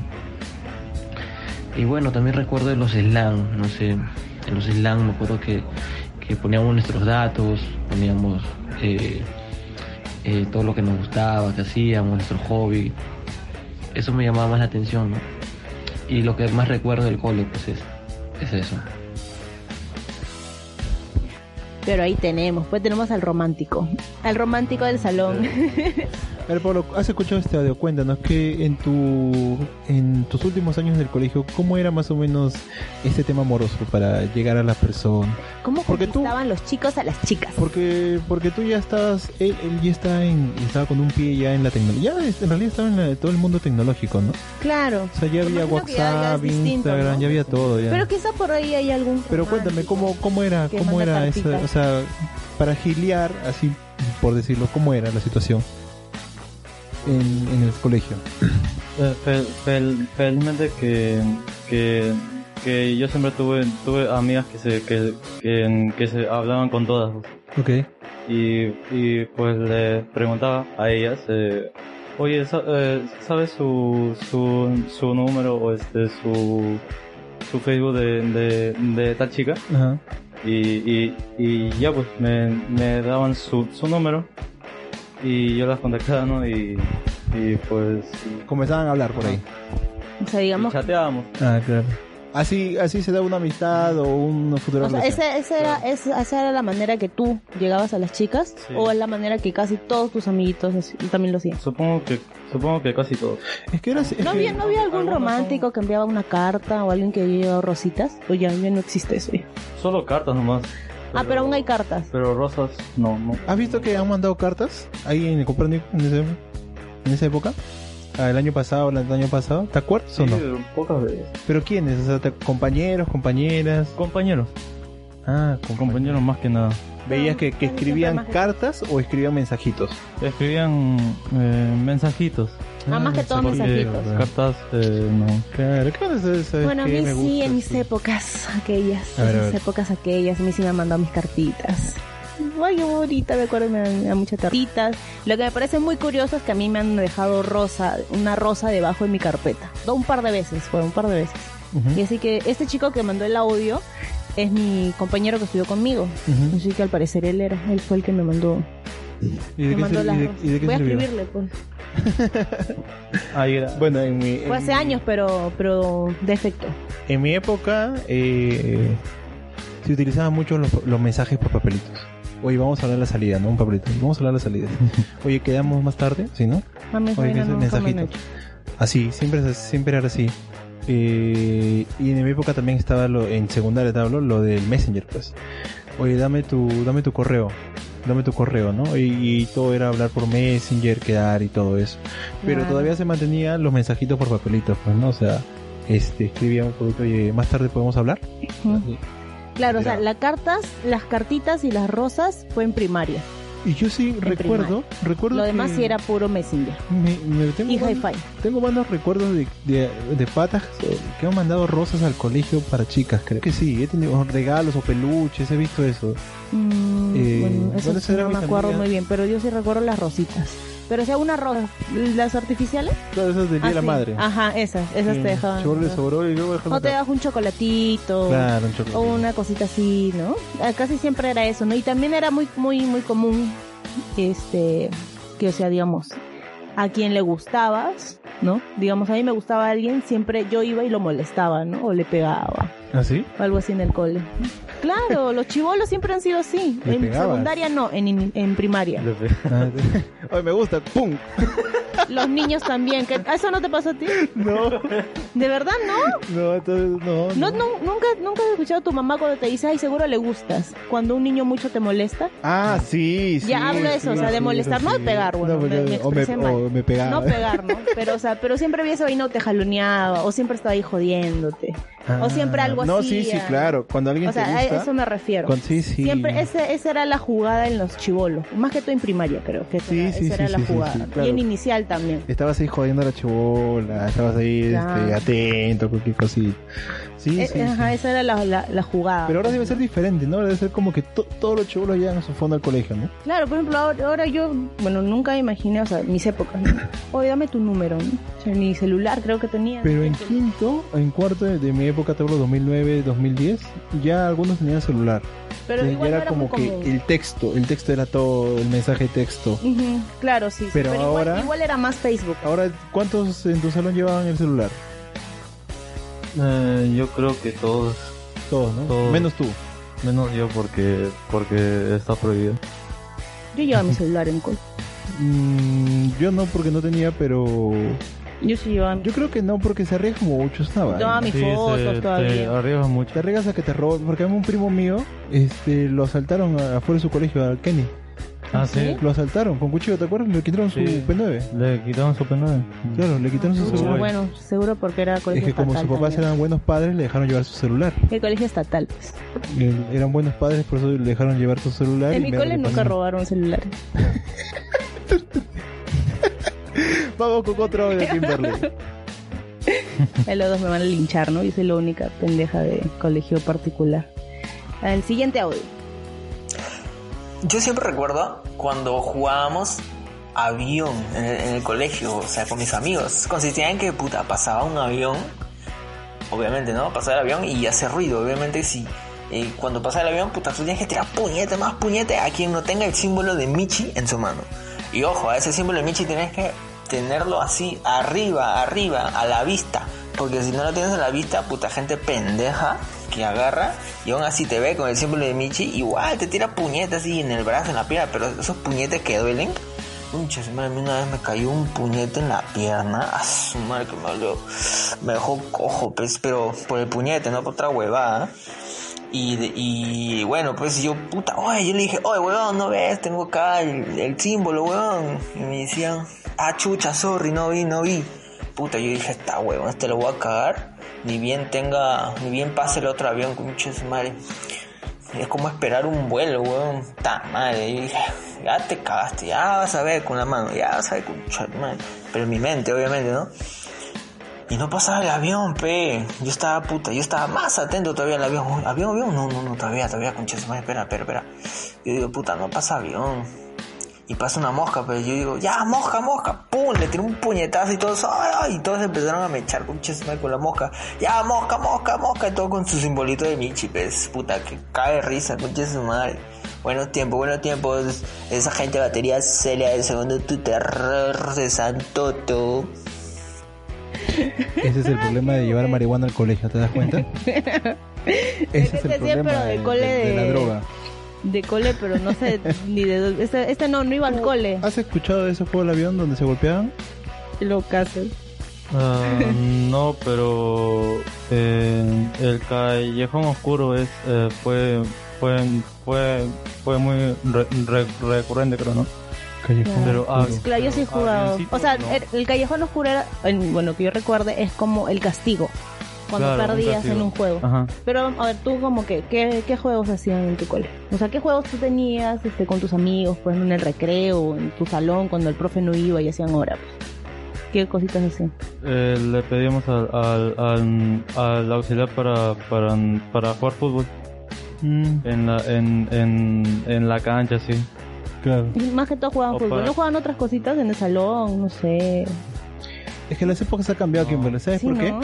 Y bueno, también recuerdo de los slang, no sé, en los slang me acuerdo que, que poníamos nuestros datos, poníamos eh, eh, todo lo que nos gustaba, que hacíamos, nuestro hobby. Eso me llamaba más la atención, ¿no? Y lo que más recuerdo del cole, pues es, es eso.
Pero ahí tenemos, pues tenemos al romántico. Al romántico del salón.
A ver, Pablo, ¿has escuchado este audio? Cuéntanos que en tu en tus últimos años del colegio, ¿cómo era más o menos este tema amoroso para llegar a la persona?
¿Cómo
Porque tú-
conquistaban los chicos a las chicas?
Porque porque tú ya estás, él, él ya está en, estaba con un pie ya en la tecnología, ya es- en realidad estaba en la- todo el mundo tecnológico, ¿no? O
Claro.
sea, ya había
Imagino que ya- ya
WhatsApp,
es distinto,
Instagram,
¿no?
ya había todo, ya.
Pero quizá por ahí hay algún.
Pero cuéntame,
romántico.
¿cómo, cómo era,
que
cómo
manda
era esa,
cartitas.
o sea, para giliar, así por decirlo, cómo era la situación en, en el colegio?
Eh, fel- fel- felizmente que, que, que yo siempre tuve, tuve amigas que se, que, que, que se hablaban con todas.
Ok.
y, y pues le preguntaba a ellas, eh, oye, sa- eh, ¿sabes su, su, su número o este, su, su Facebook de, de, de tal chica?
Ajá.
Y, y, y ya pues me, me daban su, su número y yo las contactaba, ¿no? Y, y pues
Comenzaban a hablar por ahí.
O sea, digamos.
chateábamos.
Ah, claro. Así, así se da una amistad o una futura
O sea,
relación.
esa, esa era, esa, esa era la manera que tú llegabas a las chicas,
Sí.
o es la manera que casi todos tus amiguitos así- también lo
*laughs*
hacían.
Supongo que supongo que casi todo.
Es que ahora sí- es
¿No
que-
había, ¿No había algún
Algunos son-
romántico que enviaba una carta o alguien que había llevado rositas? O ya, ya no existe eso. ya.
Solo cartas nomás.
ah, pero aún hay cartas.
Pero rosas, no, no.
¿Has visto que han mandado cartas ahí en el Copérnico en, ese- en esa época? Ah, El año pasado, el año pasado, ¿te acuerdas o no?
Sí, pocas veces.
¿Pero quiénes? O sea, te- compañeros, compañeras.
Compañeros,
Ah, compañeros.
compañeros más que nada.
¿Veías que, que
Ah,
escribían
siempre más-
cartas o escribían mensajitos?
Escribían eh, mensajitos.
Nada Ah,
Ah,
más que todos
Porque
mensajitos.
Cartas, eh, no.
Claro, ¿qué van a hacer? ¿Sabes
Bueno, a
qué?
mí
Me
sí,
gusta,
en mis
sí.
épocas aquellas.
A ver, a
en mis
ver.
épocas aquellas, a mí sí me han mandado mis cartitas. Ay, yo ahorita me acuerdo, me dan me dan muchas cartitas. Lo que me parece muy curioso es que a mí me han dejado rosa, una rosa debajo de mi carpeta. No, Un par de veces, fue un par de veces.
Ujú,
Y así que este chico que mandó el audio es mi compañero que estudió conmigo.
ujú.
Así que al parecer él era, él fue el que me mandó.
¿Y de
me
qué
mandó
sirvió?
las
¿Y de-
rosas.
y de qué
Voy a
sirvió?
escribirle, pues.
Ahí era.
Bueno, en mi, en
Fue hace
mi-
años, pero, pero de efecto.
En mi época eh, se utilizaban mucho los, los mensajes por papelitos. Oye, vamos a hablar de la salida, ¿no? Un papelito. Vamos a hablar de la salida. Oye, quedamos más tarde, ¿sí, no?
Mami,
Oye,
Fabiana,
ese
nunca me han
mensajito.
hecho.
Así, siempre, siempre era así. Eh, y en mi época también estaba lo, en secundaria, te hablo, lo del Messenger, pues. Oye, dame tu, dame tu correo. Dame tu correo, ¿no? Y, y todo era hablar por Messenger, quedar y todo eso. Pero
Claro.
todavía se mantenían los mensajitos por papelitos, pues, ¿no? O sea, este, escribíamos, oye, eh, más tarde podemos hablar.
Ujú. Claro, o sea,
Era-
las cartas, las cartitas y las rosas fue en primaria.
Y yo sí recuerdo, recuerdo
Lo demás
que
sí era puro messenger
me- me tengo,
y
buenos,
hi-fi.
tengo buenos recuerdos de, de, de patas eh, que han mandado rosas al colegio para chicas, creo que sí, he tenido regalos o peluches, he visto eso.
Mm,
Eh,
bueno, eso
bueno,
sí
esa era
no
mi
me acuerdo
familia.
muy bien, pero yo sí recuerdo las rositas. Pero o sea, una rosa, las artificiales.
Todas esas del día
Ah,
de la
sí.
madre.
Ajá, esas, esas
Sí,
te dejaban.
chorro le sobró y luego dejaron
O te
acá.
das un chocolatito.
Claro, un
O
chocolate.
una cosita así, ¿no? Ah, Casi siempre era eso, ¿no? Y también era muy, muy, muy común, este, que o sea, digamos, a quien le gustabas, ¿no? Digamos, a mí me gustaba alguien, siempre yo iba y lo molestaba, ¿no? O le pegaba,
¿Ah, sí?
o algo así en el cole.
*laughs*
Claro, los chivolos siempre han sido así.
¿Le
en
pegabas?
secundaria no, en, en primaria.
Le *laughs* pe-
Ah, sí. Ay, me gusta, ¡pum!
Los niños también. ¿qué- ¿a ¿Eso no te pasó a ti?
No,
¿De verdad no?
no, entonces, no,
No, nu- nunca, nunca has escuchado a tu mamá cuando te dice, ay, seguro le gustas. Cuando un niño mucho te molesta.
Ah, sí, sí.
Ya hablo de eso, o
sí,
sea, de
sí,
molestar,
eso
no
sí.
de pegar, bueno,
No,
me-
pero-
me
o, me,
expresé mal.
o me pegaba.
No pegar, ¿no? Pero, o sea, pero siempre había ese vaino te jaloneaba, o siempre estaba ahí jodiéndote. o siempre algo
No,
así,
sí, sí,
ah.
claro. Cuando alguien
O sea,
te
a
gusta,
eso me refiero.
cuando- sí, sí.
Siempre, ese- esa era la jugada en los chivolos. Más que todo en primaria, creo que esa
Sí,
era,
sí,
esa
sí,
era
sí,
la
sí,
jugada.
sí, claro.
Y en inicial también.
Estabas ahí jodiendo a la chibola, estabas ahí
Claro.
este, atento, cualquier cosita. Sí,
Eh,
sí,
ajá,
sí.
esa era la, la- la jugada.
Pero ahora debe ser diferente, ¿no? Ahora Debe ser como que to- todos los chibolos llegan a su fondo al colegio, ¿no?
Claro, por ejemplo, ahora, ahora yo, bueno, nunca me imaginé, o sea, mis épocas. ¿no? Oye, dame tu número, ¿no? O sea, mi celular creo que tenía.
Pero en quinto, en cuarto de, de mi época, te hablo 2009, 2010, ya algunos tenían celular.
Pero
Ya
igual no
era
era
como
muy
que
común.
el texto, el texto era todo, el mensaje de texto.
Ujú, Claro, sí. sí,
Pero
igual-
ahora-
Igual, era más Facebook.
Ahora, ¿cuántos en tu salón llevaban el celular?
Eh, yo creo que todos,
Todos, ¿no?
Todos.
Menos tú.
menos yo porque porque está prohibido.
Yo llevaba mi celular en col.
Mm, yo no, porque no tenía, pero...
Yo sí llevaba mi...
Yo creo que no, porque se arriesga mucho, es una vaina.
Tomaba mis fotos
se- te
todavía.
arriesgas mucho.
Te arriesgas a que te roben, porque a mí un primo mío este, lo asaltaron a- afuera de su colegio, al Kenny.
Ah, sí.
Lo asaltaron con cuchillo, ¿te acuerdas? Le quitaron su
Sí.
P9.
Le quitaron su penal.
Claro, le quitaron su
Mucho,
celular.
bueno, seguro porque era
Es
colegio
que como sus
estatal
papás
también.
eran buenos padres, le dejaron llevar su celular.
El colegio estatal. pues.
Eh, Eran buenos padres, por eso le dejaron llevar su celular.
En
y
mi
ver
cole
qué
nunca
pasaba.
robaron celulares.
Vamos con otro audio
*laughs*
de Kimberly.
A los dos me van a linchar, ¿no? Yo soy la única pendeja de colegio particular. El siguiente audio.
Yo siempre recuerdo cuando jugábamos avión en el, en el colegio, o sea, con mis amigos. Consistía en que, puta, pasaba un avión, obviamente, ¿no? Pasaba el avión y hace ruido. Obviamente, si Y cuando pasa el avión, puta, tú tienes que tirar puñete más puñete a quien no tenga el símbolo de Michi en su mano. Y ojo, a ese símbolo de Michi tienes que tenerlo así, arriba, arriba, a la vista. Porque si no lo tienes a la vista, puta gente pendeja que agarra y aún así te ve con el símbolo de Michi, igual te tira puñetes así en el brazo, en la pierna, pero esos puñetes que duelen. Mucha madre, a mí una vez me cayó un puñete en la pierna, a su madre que me dolió. Me dejó cojo, pues, pero por el puñete, no por otra huevada. Y, de- y bueno, pues yo, puta, oye, yo le dije, oye, weón, no ves, tengo acá el, el símbolo, weón. Y me decían, ah, chucha, sorry, no vi, no vi. Puta, yo dije, está, weón, este lo voy a cagar. Ni bien tenga, ni bien pase el otro avión, concha de su madre. Es como esperar un vuelo, weón. Ta madre. Yo dije, ya te cagaste, ya vas a ver con la mano, ya vas a ver con madre. Pero en mi mente, obviamente, ¿no? Y no pasaba el avión, pe. Yo estaba puta, yo estaba más atento todavía al avión. Uy, ¿Avión, avión? No, no, no, todavía, todavía, concha de su madre, espera, espera, espera. Yo digo, puta, no pasa avión. Y pasa una mosca, pero yo digo, ya, mosca, mosca, pum, le tiré un puñetazo y todos, ay, ay, y todos empezaron a mechar con con la mosca, ya, mosca, mosca, mosca, y todo con su simbolito de Michi, pues, puta, que cae de risa, con su madre. Buenos tiempos, buenos tiempos, esa gente de batería seria del segundo tutor de Santoto.
Ese es
Ah,
el problema de llevar marihuana al colegio, ¿te das
*laughs*
cuenta? Ese es el
decía,
problema
pero de
de,
cole
de- de la
de-
droga.
De cole, pero
*laughs*
no sé ni de dónde. Este, este no, no iba al cole.
¿Has escuchado de ese juego del avión donde se golpeaban?
Lo caso.
Ah, no, pero eh, el callejón oscuro es eh, fue fue fue fue muy re- re- recurrente, creo, ¿no?
Callejón.
Pero ah,
Pues, Claro, yo sí he
pero
jugado.
avioncito,
O sea, er,
no.
el, el callejón oscuro era, en- bueno, que yo recuerde, es como el castigo. Cuando
Claro, un
perdías
castigo.
en un juego.
Ajá.
Pero, a ver, tú como que, ¿qué, qué juegos hacían en tu cole? O sea, ¿qué juegos tú tenías este, con tus amigos, pues, en el recreo, en tu salón, cuando el profe no iba y hacían hora? pues? ¿Qué cositas hacían?
Eh, le pedimos al, al, al, al auxiliar para, para, para jugar fútbol
Mm,
en la, en, en, en la cancha, sí.
claro.
Y Más que todo jugaban
O
fútbol.
para-
¿No jugaban otras cositas en el salón? No sé.
Es que las épocas han cambiado, Kimberly. ¿Sabes
Sí,
por qué?
¿no?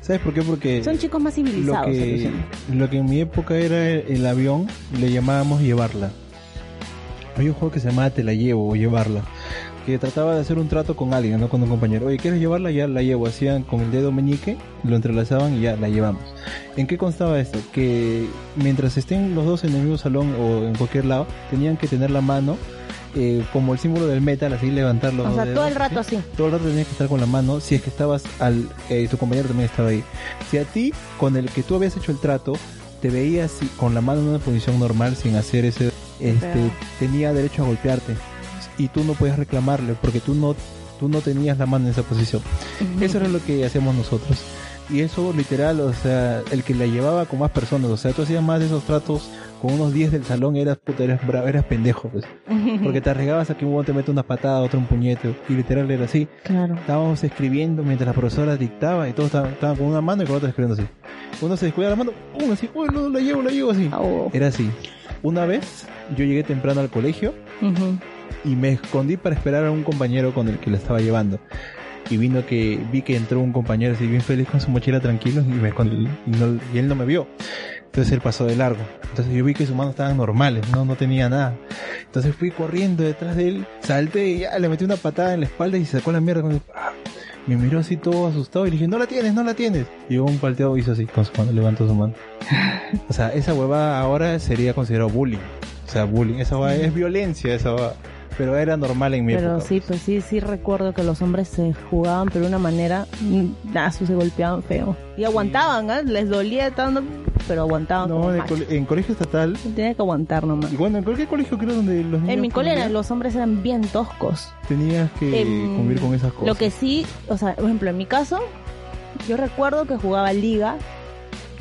¿Sabes por qué? Porque
Son chicos
lo
más civilizados.
que,
alucina.
lo que en mi época era el, el avión, le llamábamos llevarla. Había un juego que se llamaba Te la llevo o llevarla, que trataba de hacer un trato con alguien, no con un compañero. Oye, ¿quieres llevarla? Ya la llevo. Hacían con el dedo meñique, lo entrelazaban y ya la llevamos. ¿En qué constaba esto? Que mientras estén los dos en el mismo salón o en cualquier lado, tenían que tener la mano eh, como el símbolo del metal, así levantarlo.
O sea, todo el rato así.
Todo el rato tenías que estar con la mano. Si es que estabas al. eh, tu compañero también estaba ahí. Si a ti, con el que tú habías hecho el trato, te veías si- con la mano en una posición normal, sin hacer ese. Este,
Pero-
tenía derecho a golpearte. Y tú no podías reclamarle porque tú no, tú no tenías la mano en esa posición. Eso era lo que hacíamos nosotros. Y eso literal, o sea, el que la llevaba con más personas, o sea, tú hacías más de esos tratos con unos 10 del salón, eras puta, eras bravo, eras pendejo, pues. Porque te arriesgabas a que un huevón te mete una patada, otro un puñete, y literal era así.
*laughs* Claro.
Estábamos escribiendo mientras la profesora dictaba y todos estaban, estaban con una mano y con la otra escribiendo así. Uno se descuida la mano, uno así, uy, no, la llevo, la llevo así.
Ah, oh.
Era así. Una vez yo llegué temprano al colegio
Ujú.
y me escondí para esperar a un compañero con el que la estaba llevando. Y vino que vi que entró un compañero así bien feliz con su mochila tranquilo y, me escondí, y, no- y él no me vio. Entonces él pasó de largo. Entonces yo vi que sus manos estaban normales, no, no tenía nada. Entonces fui corriendo detrás de él, salté y ya, le metí una patada en la espalda y se sacó la mierda. con el- ¡Ah! Me miró así todo asustado y le dije, no la tienes, no la tienes. Y yo un palteado hizo así con su mano, levantó su
*laughs*
mano. O sea, esa hueva ahora sería considerado bullying. O sea, bullying, esa hueva es violencia, esa hueva. Pero era normal en mi
Pero
época.
sí, pues sí, sí recuerdo que los hombres se jugaban, pero de una manera, mm, ah, su, se golpeaban feo. Y aguantaban, ¿ah? les dolía tanto, pero aguantaban.
No,
como
en, el
macho.
cole- en colegio estatal.
Tenía que aguantar nomás.
Y bueno, en cualquier colegio creo donde los niños
En mi cole
convivían,
los hombres eran bien toscos.
tenías que
Em,
convivir con esas cosas.
Lo que sí, o sea, por ejemplo, en mi caso, yo recuerdo que jugaba liga.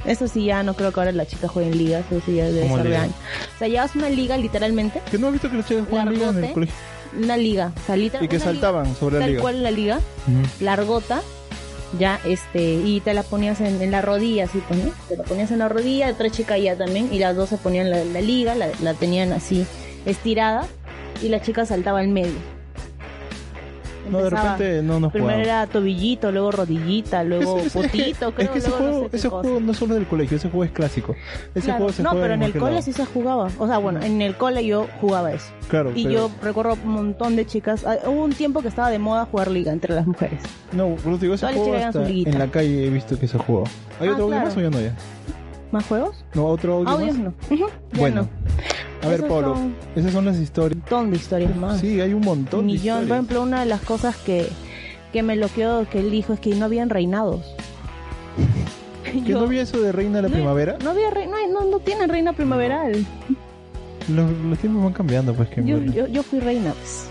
Eso sí, ya no creo que ahora las chicas jueguen liga, eso sí ya debe
¿Cómo
ser de
liga?
año. O sea, llevas una liga literalmente,
Que no has visto que los chicos juegan liga en el
Largote.
colegio.
una liga, o sea, literal-
Y que
una liga,
saltaban sobre la
tal
liga.
cual la liga,
Ujú.
largota, ya este, y te la ponías en, en la rodilla, así pues, ¿no? Te la ponías en la rodilla, otra chica ya también, y las dos se ponían la, la liga, la, la tenían así estirada, y la chica saltaba al medio.
No, de
Empezaba-
repente no nos
Primero
jugamos.
era tobillito, luego rodillita, luego
Ese- ese-
potito,
*laughs*
creo.
es que ese
luego no
juego,
sé qué
ese
cosa.
juego no es solo del colegio, ese juego es clásico. Ese
Claro.
juego se
no,
juega
pero en el
cualquier
cole
lado.
sí se jugaba. O sea, bueno, en el cole yo jugaba eso.
Claro,
Y
pero-
yo recorro un montón de chicas. Ah, Hubo un tiempo que estaba de moda jugar liga entre las mujeres.
No, por eso digo, ese
Todas le
juego
llegan su
hasta
liguita.
en la calle he visto que se jugó. ¿Hay
Ah,
otro audio
claro.
más o ya no ya?
¿Más juegos?
¿No otro audio
Audios
más?
no. Ujú, ya
Bueno. A ver,
Esos
Pablo,
son-
esas son las historias.
Un montón de historias más.
Sí, hay un montón
un
de
millón. Por
historias.
ejemplo, una de las cosas que, que me bloqueó que él dijo es que no habían reinados.
*laughs* ¿Que no había eso de Reina de la
no-
Primavera?
No había rei- no, hay- no, no tienen reina primaveral.
Los, los tiempos van cambiando, pues, que
Yo, yo, yo fui reina. pues.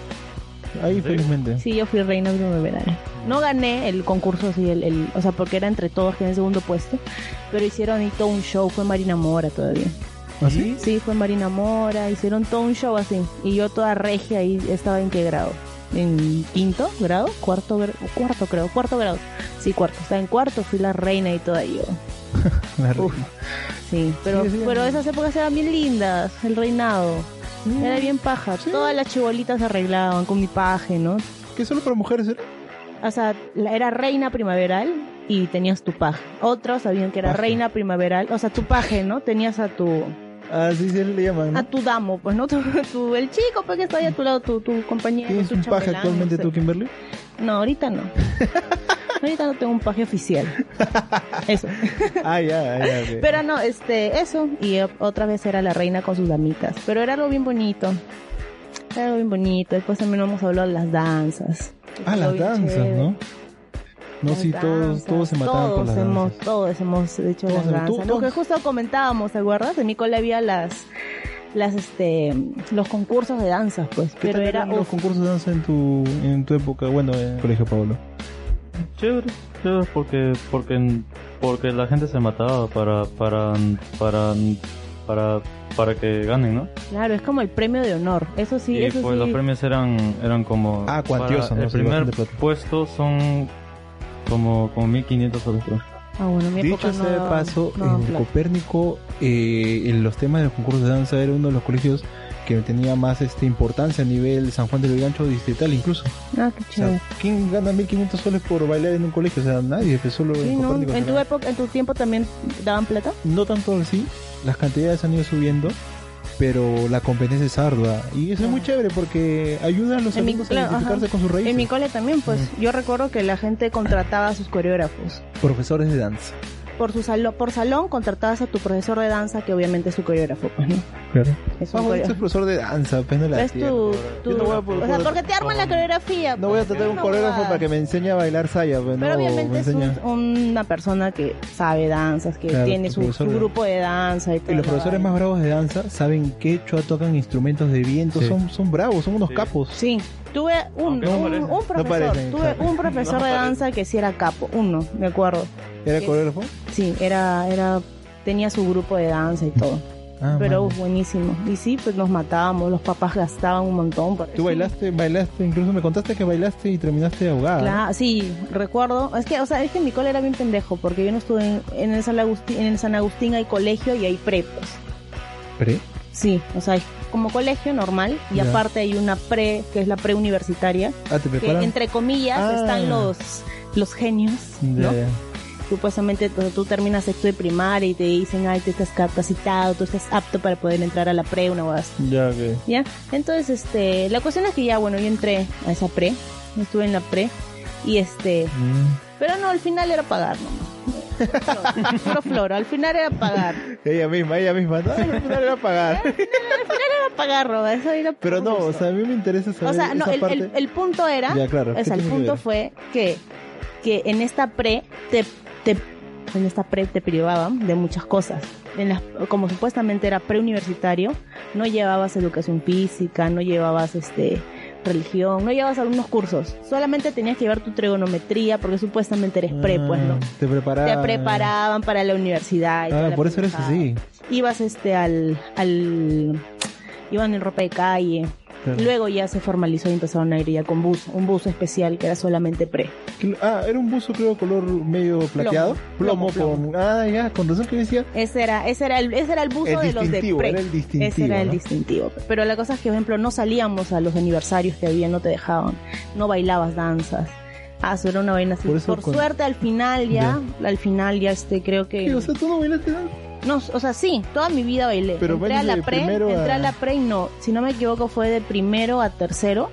Ahí, felizmente.
Sí, yo fui reina primaveral. No gané el concurso, así, el, el- o sea, porque era entre todos, que en el segundo puesto. Pero hicieron ahí todo un show, fue Marina Mora todavía.
¿Así?
Sí, fue Marina Mora, hicieron todo un show así. Y yo toda regia ahí estaba en qué grado. En quinto grado, cuarto gra- cuarto creo, cuarto grado. Sí, cuarto. Estaba en cuarto, fui la reina y toda yo.
La reina.
Sí, pero,
Sí, sí,
pero
sí.
esas épocas eran bien lindas, el reinado.
Mm.
Era bien paja. Todas las chibolitas se arreglaban con mi paje, ¿no?
¿Que solo para mujeres era?
O sea, la- era reina primaveral y tenías tu paje. Otros sabían que era
Paje.
reina primaveral, o sea, tu paje, ¿no? Tenías a tu
Así se le llaman,
a
¿no?
tu damo, pues, ¿no? *laughs* Tu, tu- el chico, pues, que está ahí a tu lado, tu, tu compañero,
¿Tienes
tu
un paje
chambelán,
actualmente
no
tú,
sé.
Kimberly?
No,
*laughs*
ahorita no. ahorita no tengo un paje oficial. Eso.
Ah, ya, ya, ya.
Pero no, este, eso. Y o- otra vez era la reina con sus damitas. Pero era algo bien bonito. Era algo bien bonito. Después también hemos hablado de las danzas.
Ah, las
Estuvo bien
danzas,
chévere.
¿no? No,
Las
sí, todos,
danzas,
todos se mataban por
todos
las
hemos,
danzas.
Todos hemos hecho
Todos hemos-
las
tú- todos-
danzas. Lo que justo comentábamos, ¿te acuerdas? En mi cole había las las este los concursos de danzas pues
¿Qué
pero
tal
era
eran los
uf,
concursos de danza en tu, en tu época? Bueno, en el colegio, Pablo.
Chévere, chévere, porque, porque, porque la gente se mataba para, para, para, para, para que ganen, ¿no?
Claro, es como el premio de honor. Eso sí,
y
eso
pues
sí.
los premios eran, eran como...
Ah, cuantioso,
para
¿no?
El
Sí,
primer
bastante plata.
puesto son como, como 1500 soles. creo.
Ah, bueno, en mi
Dicho
época
sea
no
de
daban-
paso,
no daban
en
plata.
Copérnico, eh, en los temas de los concursos de danza era uno de los colegios que tenía más este importancia a nivel San Juan del Gancho distrital incluso.
Ah, qué
O sea,
chévere.
¿quién gana 1500 soles por bailar en un colegio? O sea, nadie, que solo
Sí,
en
¿no?
Copérnico.
¿En
se
tu
gana.
época, en tu tiempo también daban plata?
no tanto así, las cantidades han ido subiendo, pero la competencia es ardua. Y eso es muy chévere porque ayuda a los
En mi-
alumnos a
claro, ajá.
identificarse con sus raíces.
En mi cole también, pues yo recuerdo que la gente contrataba a sus coreógrafos.
Profesores de danza.
Por su salón, por salón contratabas a tu profesor de danza, que obviamente es su coreógrafo, pues, ¿no?
Claro.
Es
Ah,
un
bueno,
coreo-
este es profesor de danza, pues no la
Es
tierra.
tu,
Yo
tu-
no voy a
o sea, porque te arman la coreografía.
No voy a
pues,
tratar un
una
coreógrafo
huevada.
para que me enseñe a bailar saya, pues
Pero
no, me
obviamente es
enseña.
un- una persona que sabe danzas, que
Claro,
tiene
tu
su,
profesor
su
de-
grupo de danza y todo.
Y los profesores más bravos de danza saben quechua, tocan instrumentos de viento,
Sí.
son, son bravos, son unos
Sí.
capos.
Sí, tuve un,
Aunque no
un-
parece.
un
No
profesor,
parece,
tuve
exacto.
un profesor
No
de
parece.
danza que sí era capo, uno, me acuerdo.
¿Era
Sí.
coreógrafo?
Sí, era, era, tenía su grupo de danza y todo.
Ah, mano.
pero uf, buenísimo. Y sí, pues nos matábamos, los papás gastaban un montón. por
Tú
eso.
bailaste, bailaste, incluso me contaste que bailaste y terminaste ahogada.
Cla- sí, recuerdo. Es que, o sea, es que mi cole era bien pendejo, porque yo no estuve en, en el San Agustín, en el San Agustín hay colegio y hay prepos.
¿Pre?
Sí, o sea, hay como colegio normal y
Ya.
aparte hay una pre, que es la preuniversitaria,
Ah, te
que
preparan.
entre comillas
Ah. Mm.
están los los genios, ¿no?
Ya.
Supuestamente tú, tú terminas sexto de primaria y te dicen, ay, tú estás capacitado, tú estás apto para poder entrar a la pre, una cosa
Ya que...
¿ya? Entonces, este, la cuestión es que ya, bueno, yo entré a esa pre, estuve en la pre, y este,
Mm.
pero no, al final era pagar, no, no, puro floro, al final era pagar, al
Ella misma, ella misma. No,
*laughs*
al final era pagar.
final era pagar, Roba, eso era
Pero no,
puro
o sea, a mí me interesa
floro.
saber
O sea, no,
esa
el,
parte.
el- el punto era,
Ya, claro, ¿qué
o sea,
tiene
el
que
punto
ver?
fue que, que en esta pre, te, te- en esta pre te privaban de muchas cosas. En las, como supuestamente era preuniversitario, no llevabas educación física, no llevabas este religión, no llevabas algunos cursos. Solamente tenías que llevar tu trigonometría porque supuestamente eres pre, pues, ¿no?
Ah, Te
Te
preparaban.
preparaban para la universidad. y toda
Ah,
la
por eso eres
pendejada.
así.
Ibas este al, al iban en ropa de calle.
Claro.
Luego ya se formalizó y empezaron a ir ya con bus, un bus especial que era solamente pre.
Que- Ah, era un buzo creo color medio plateado. Plomo,
Plomo, plomo.
con... Ah, ya, con razón que decía.
Ese era, ese era el, ese era el buzo
El
de los de
distintivo,
pre.
era el distintivo,
Ese era el
¿no?
distintivo. Pero la cosa es que, por ejemplo, no salíamos a los aniversarios que había, no te dejaban, no bailabas danzas. Ah, eso era una vaina así.
Por
Por,
eso con-
suerte al final ya, al final ya este creo que
Sí, o sea, tú no bailaste nada.
no, o sea, sí, toda mi vida bailé.
Pero
entré a
bailas
la
de
pre,
primero
entré
a-
a la pre y no, si no me equivoco fue de primero a tercero.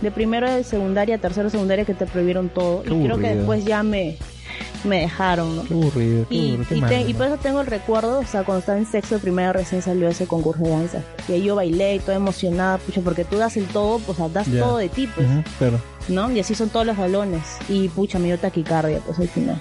De primero de secundaria a tercero de secundaria que te prohibieron todo
Qué
y creo que
aburrido.
después ya me me dejaron, ¿no?
Qué aburrido, qué
Y,
aburrido, qué
y,
mal,
te- y pues,
¿no?
por eso tengo el recuerdo, o sea, cuando estaba en sexo de primera recién salió ese concurso de danza. Y ahí yo bailé y toda emocionada, pucha, porque tú das el todo, o sea, das
Ya.
todo de ti, pues,
Ujú, claro.
¿no? Y así son todos los balones. Y pucha, me dio taquicardia, pues
*laughs*
al final.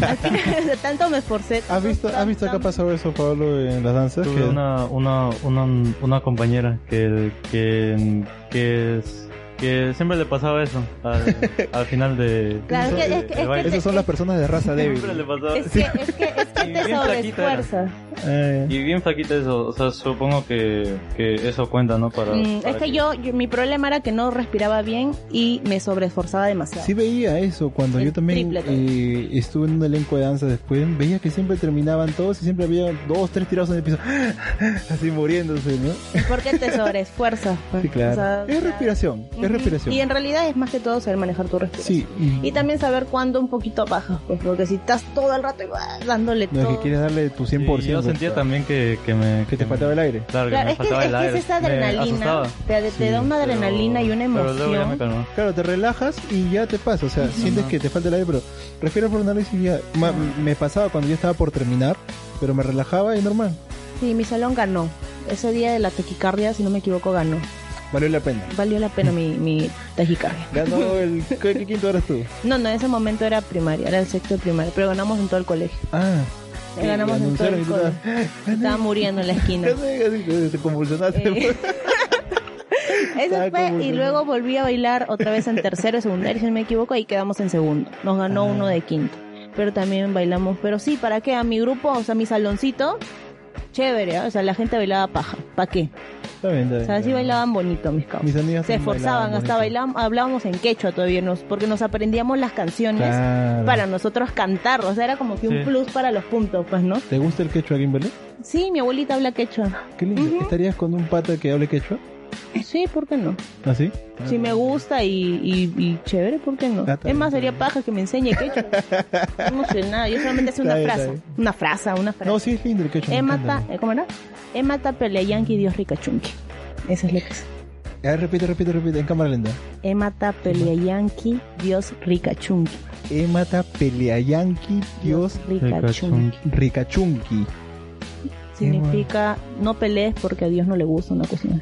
al final, de tanto me esforcé.
¿Has visto, has visto que ha pasado eso, Pablo, en las danzas?
Tuve
Que-
una, una, una, una compañera que, que, que, es- que siempre le pasaba eso
*laughs*
al, al final de.
Claro, es que- es que-
del
es que
baile.
Esas son las personas de raza débil.
Siempre le pasaba.
Es que, es que, es que
Y
te
bien flaquita era.
sobreesfuerzas.
Eh,
Y bien flaquita eso, o sea, supongo que, que eso cuenta, ¿no? Para,
Mm,
para
es que yo, yo- mi problema era que no respiraba bien y me sobreesforzaba demasiado.
Sí veía eso cuando
El
yo también
triple también.
eh, estuve en un elenco de danza después, veía que siempre terminaban todos y siempre había dos, tres tirados en el piso, *laughs* así muriéndose, ¿no?
Es porque te sobreesfuerzas. pues.
Sí, claro.
O sea,
es respiración,
Ujú.
es respiración.
Y en realidad es más que todo saber manejar tu respiración.
Sí, y,
Y también saber cuándo un poquito bajas, pues, porque si estás todo el rato ah, dándole
no, es
todo.
que quieres darle tu 100%.
Y yo sentía
¿no?
también que, que me.
pues, que te
me-
faltaba el aire.
Claro, que
Claro,
me
es que,
faltaba
es,
el
que es
aire.
esa
Me
adrenalina,
asustaba.
te, te da una
Pero-
adrenalina y una
pero luego ya me
emoción.
calmó.
Claro, te relajas y ya te pasa, o sea, sientes que te falta el aire, pero respiras por una nariz y ya. Ma- me pasaba cuando yo estaba por terminar, pero me relajaba y normal,
Sí, mi salón ganó. Ese día de la taquicardia, si no me equivoco, ganó.
valió la pena.
Valió la pena mi, mi taquicardia.
Ganó el... ¿Qué, qué quinto eras tú?
No, no, en ese momento era primaria, era el sexto de primaria, pero ganamos en todo el colegio.
Ah,
Le ganamos
y
en todo
anunciaron
el
y tú estabas,
colegio. Estaba muriendo en la *laughs* esquina.
Casi, casi te convulsionaste.
Eh.
Estaba
*laughs* Eso fue, y
convulsionado.
luego volví a bailar otra vez en tercero, secundario, si no me equivoco, y quedamos en segundo. Nos
Ah.
ganó uno de quinto. Pero también bailamos, pero sí, ¿para qué? A mi grupo, o sea, mi saloncito, chévere, ¿ah? o sea, la gente bailaba paja, ¿para qué?
Está bien, está bien,
O sea,
está
sí
bien.
bailaban bonito mis cabros.
Mis amigas
Se
también
esforzaban,
bailaban
hasta
bonito.
bailábamos, hablábamos en quechua todavía, nos, porque nos aprendíamos las canciones
Claro.
para nosotros cantar, o sea, era como que un
Sí.
plus para los puntos, pues, ¿no?
¿Te gusta el quechua, Kimberly?
Sí, mi abuelita habla quechua.
Qué lindo. ¿Estarías con un pata que hable quechua? ¿Ah,
Sí, ¿por qué no?
¿Así?
Si me gusta y, y, y chévere, ¿por qué no?
Ah, está
es
bien,
más,
está
sería paja que me enseñe
*laughs*
quechua. Estoy emocionada, yo solamente
Está
sé una
bien,
frase,
está bien.
una frase, una frase.
No, sí es lindo el quechua. me encanta.
Emata, ¿cómo era? Emata peleyanqui Dios ricachunqui. Esa es la que es.
A ver, repite, repite, repite, en cámara lenta.
Emata peleayanqui Dios ricachunqui.
Emata peleayanqui Dios
ricachunqui.
ricachunqui.
Significa no pelees porque a Dios no le gusta una cuestión.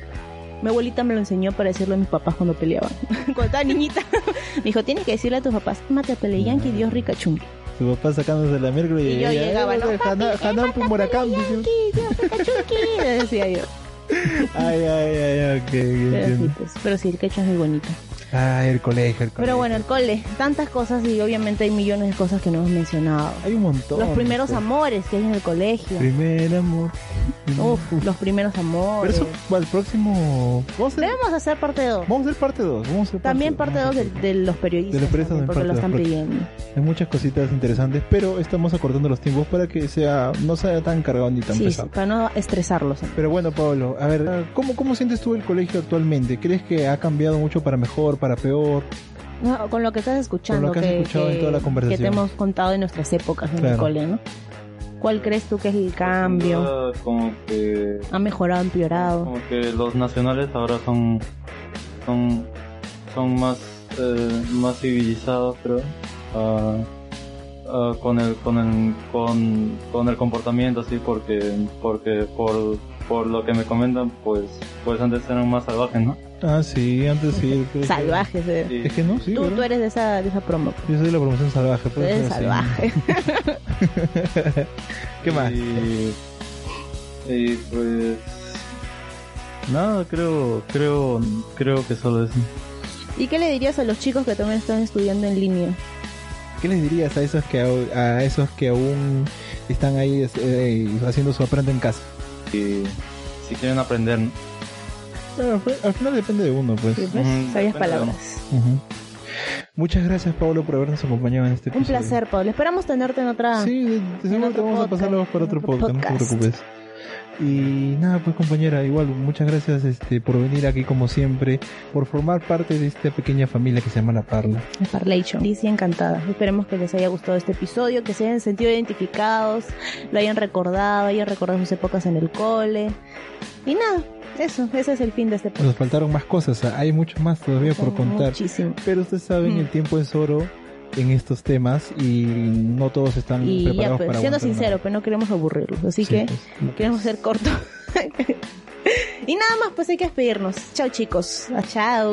Mi abuelita me lo enseñó para decirlo a mis papás cuando peleaban. *laughs* cuando estaba niñita. *laughs* me dijo, tienes que decirle a tus papás, emata peleyanqui Dios ricachunqui.
Su papá sacándose la miércoles
Y yo
ella,
llegaba,
eh,
¿no? Papi,
Hanan-
¿qué
Hanan Pumoracán, dice.
Chucky, Dios, saca Chucky,
*laughs*
le decía yo.
Ay, ay, ay, ok,
Pero sí,
entiendo.
pues, pero sí, el quechua es muy bonito.
Ay, el colegio, el colegio.
Pero bueno, el cole, tantas cosas y obviamente hay millones de cosas que no hemos mencionado.
Hay un montón.
Los primeros
pues.
amores que hay en el colegio.
Primer amor.
Uf, los primeros
Pero
amores.
eso para el próximo. Vamos a hacer,
Debemos hacer parte 2.
vamos a hacer parte 2. Vamos a hacer
También parte 2 de, de los periodistas.
ah, De los periodistas
también,
también,
porque lo
parte
están
dos,
pidiendo.
Hay muchas cositas interesantes, pero estamos acortando los tiempos para que sea no sea tan cargado ni tan
Sí,
pesado.
para no estresarlos.
Pero bueno, Pablo, a ver, ah, ¿cómo, ¿cómo sientes tú el colegio actualmente? ¿Crees que ha cambiado mucho para mejor, para peor?
No, con lo que estás escuchando,
Con lo que has escuchado en toda la conversación.
que te hemos contado de nuestras épocas en
Claro.
el cole, ¿no? ¿Cuál crees tú que es el cambio?
Pues Como que.
ha mejorado, empeorado.
Como que los nacionales ahora son son son más eh, más civilizados, creo, ah, ah, con el con el con, con el comportamiento así porque porque por por lo que me comentan, pues pues antes eran más salvajes, ¿no?
Ah, sí, antes sí.
*laughs*
el colegio-
Salvajes. eh.
Y-
Es que no, sí.
tú,
¿verdad?
tú eres de esa, de esa promo. pues.
Yo soy de la promoción salvaje. pues,
Tú
pero
eres
sí.
salvaje.
¿Qué más?
Y, y, pues nada, creo creo creo que solo eso.
¿Y qué le dirías a los chicos que también están estudiando en línea?
¿Qué les dirías a esos que, au- a esos que aún están ahí eh, haciendo su aprende en casa?
Y si quieren aprender, ¿no?
Bueno, al fi- al final depende de uno, pues.
Y, pues,
Mm,
sabias
bueno,
palabras.
Ujú. Muchas gracias, Pablo, por habernos acompañado en este
Un
episodio.
placer, Pablo. Esperamos tenerte en otra.
Sí, de- de seguro te
otro
vamos a
podcast,
pasarlo para
en
otro
otro
podcast, no te
podcast.
preocupes. Y nada, pues compañera, igual muchas gracias este por venir aquí como siempre, por formar parte de esta pequeña familia que se llama La Parla.
Parlation. Dice encantada. Esperemos que les haya gustado este episodio, que se hayan sentido identificados, lo hayan recordado, hayan recordado sus épocas en el cole. Y nada, eso, ese es el fin de este podcast.
Nos faltaron más cosas, ah, hay mucho más todavía por contar.
Muchísimo.
Pero ustedes saben,
Mm.
el tiempo es oro en estos temas y no todos están
Y ya,
Mm, preparados
pues,
para
siendo
aguantar
sincero,
nada.
pues no queremos aburrirlos, así
Sí,
que
pues.
queremos ser cortos. *laughs* y nada más, pues hay que despedirnos. Chao, chicos. Ah, Chao.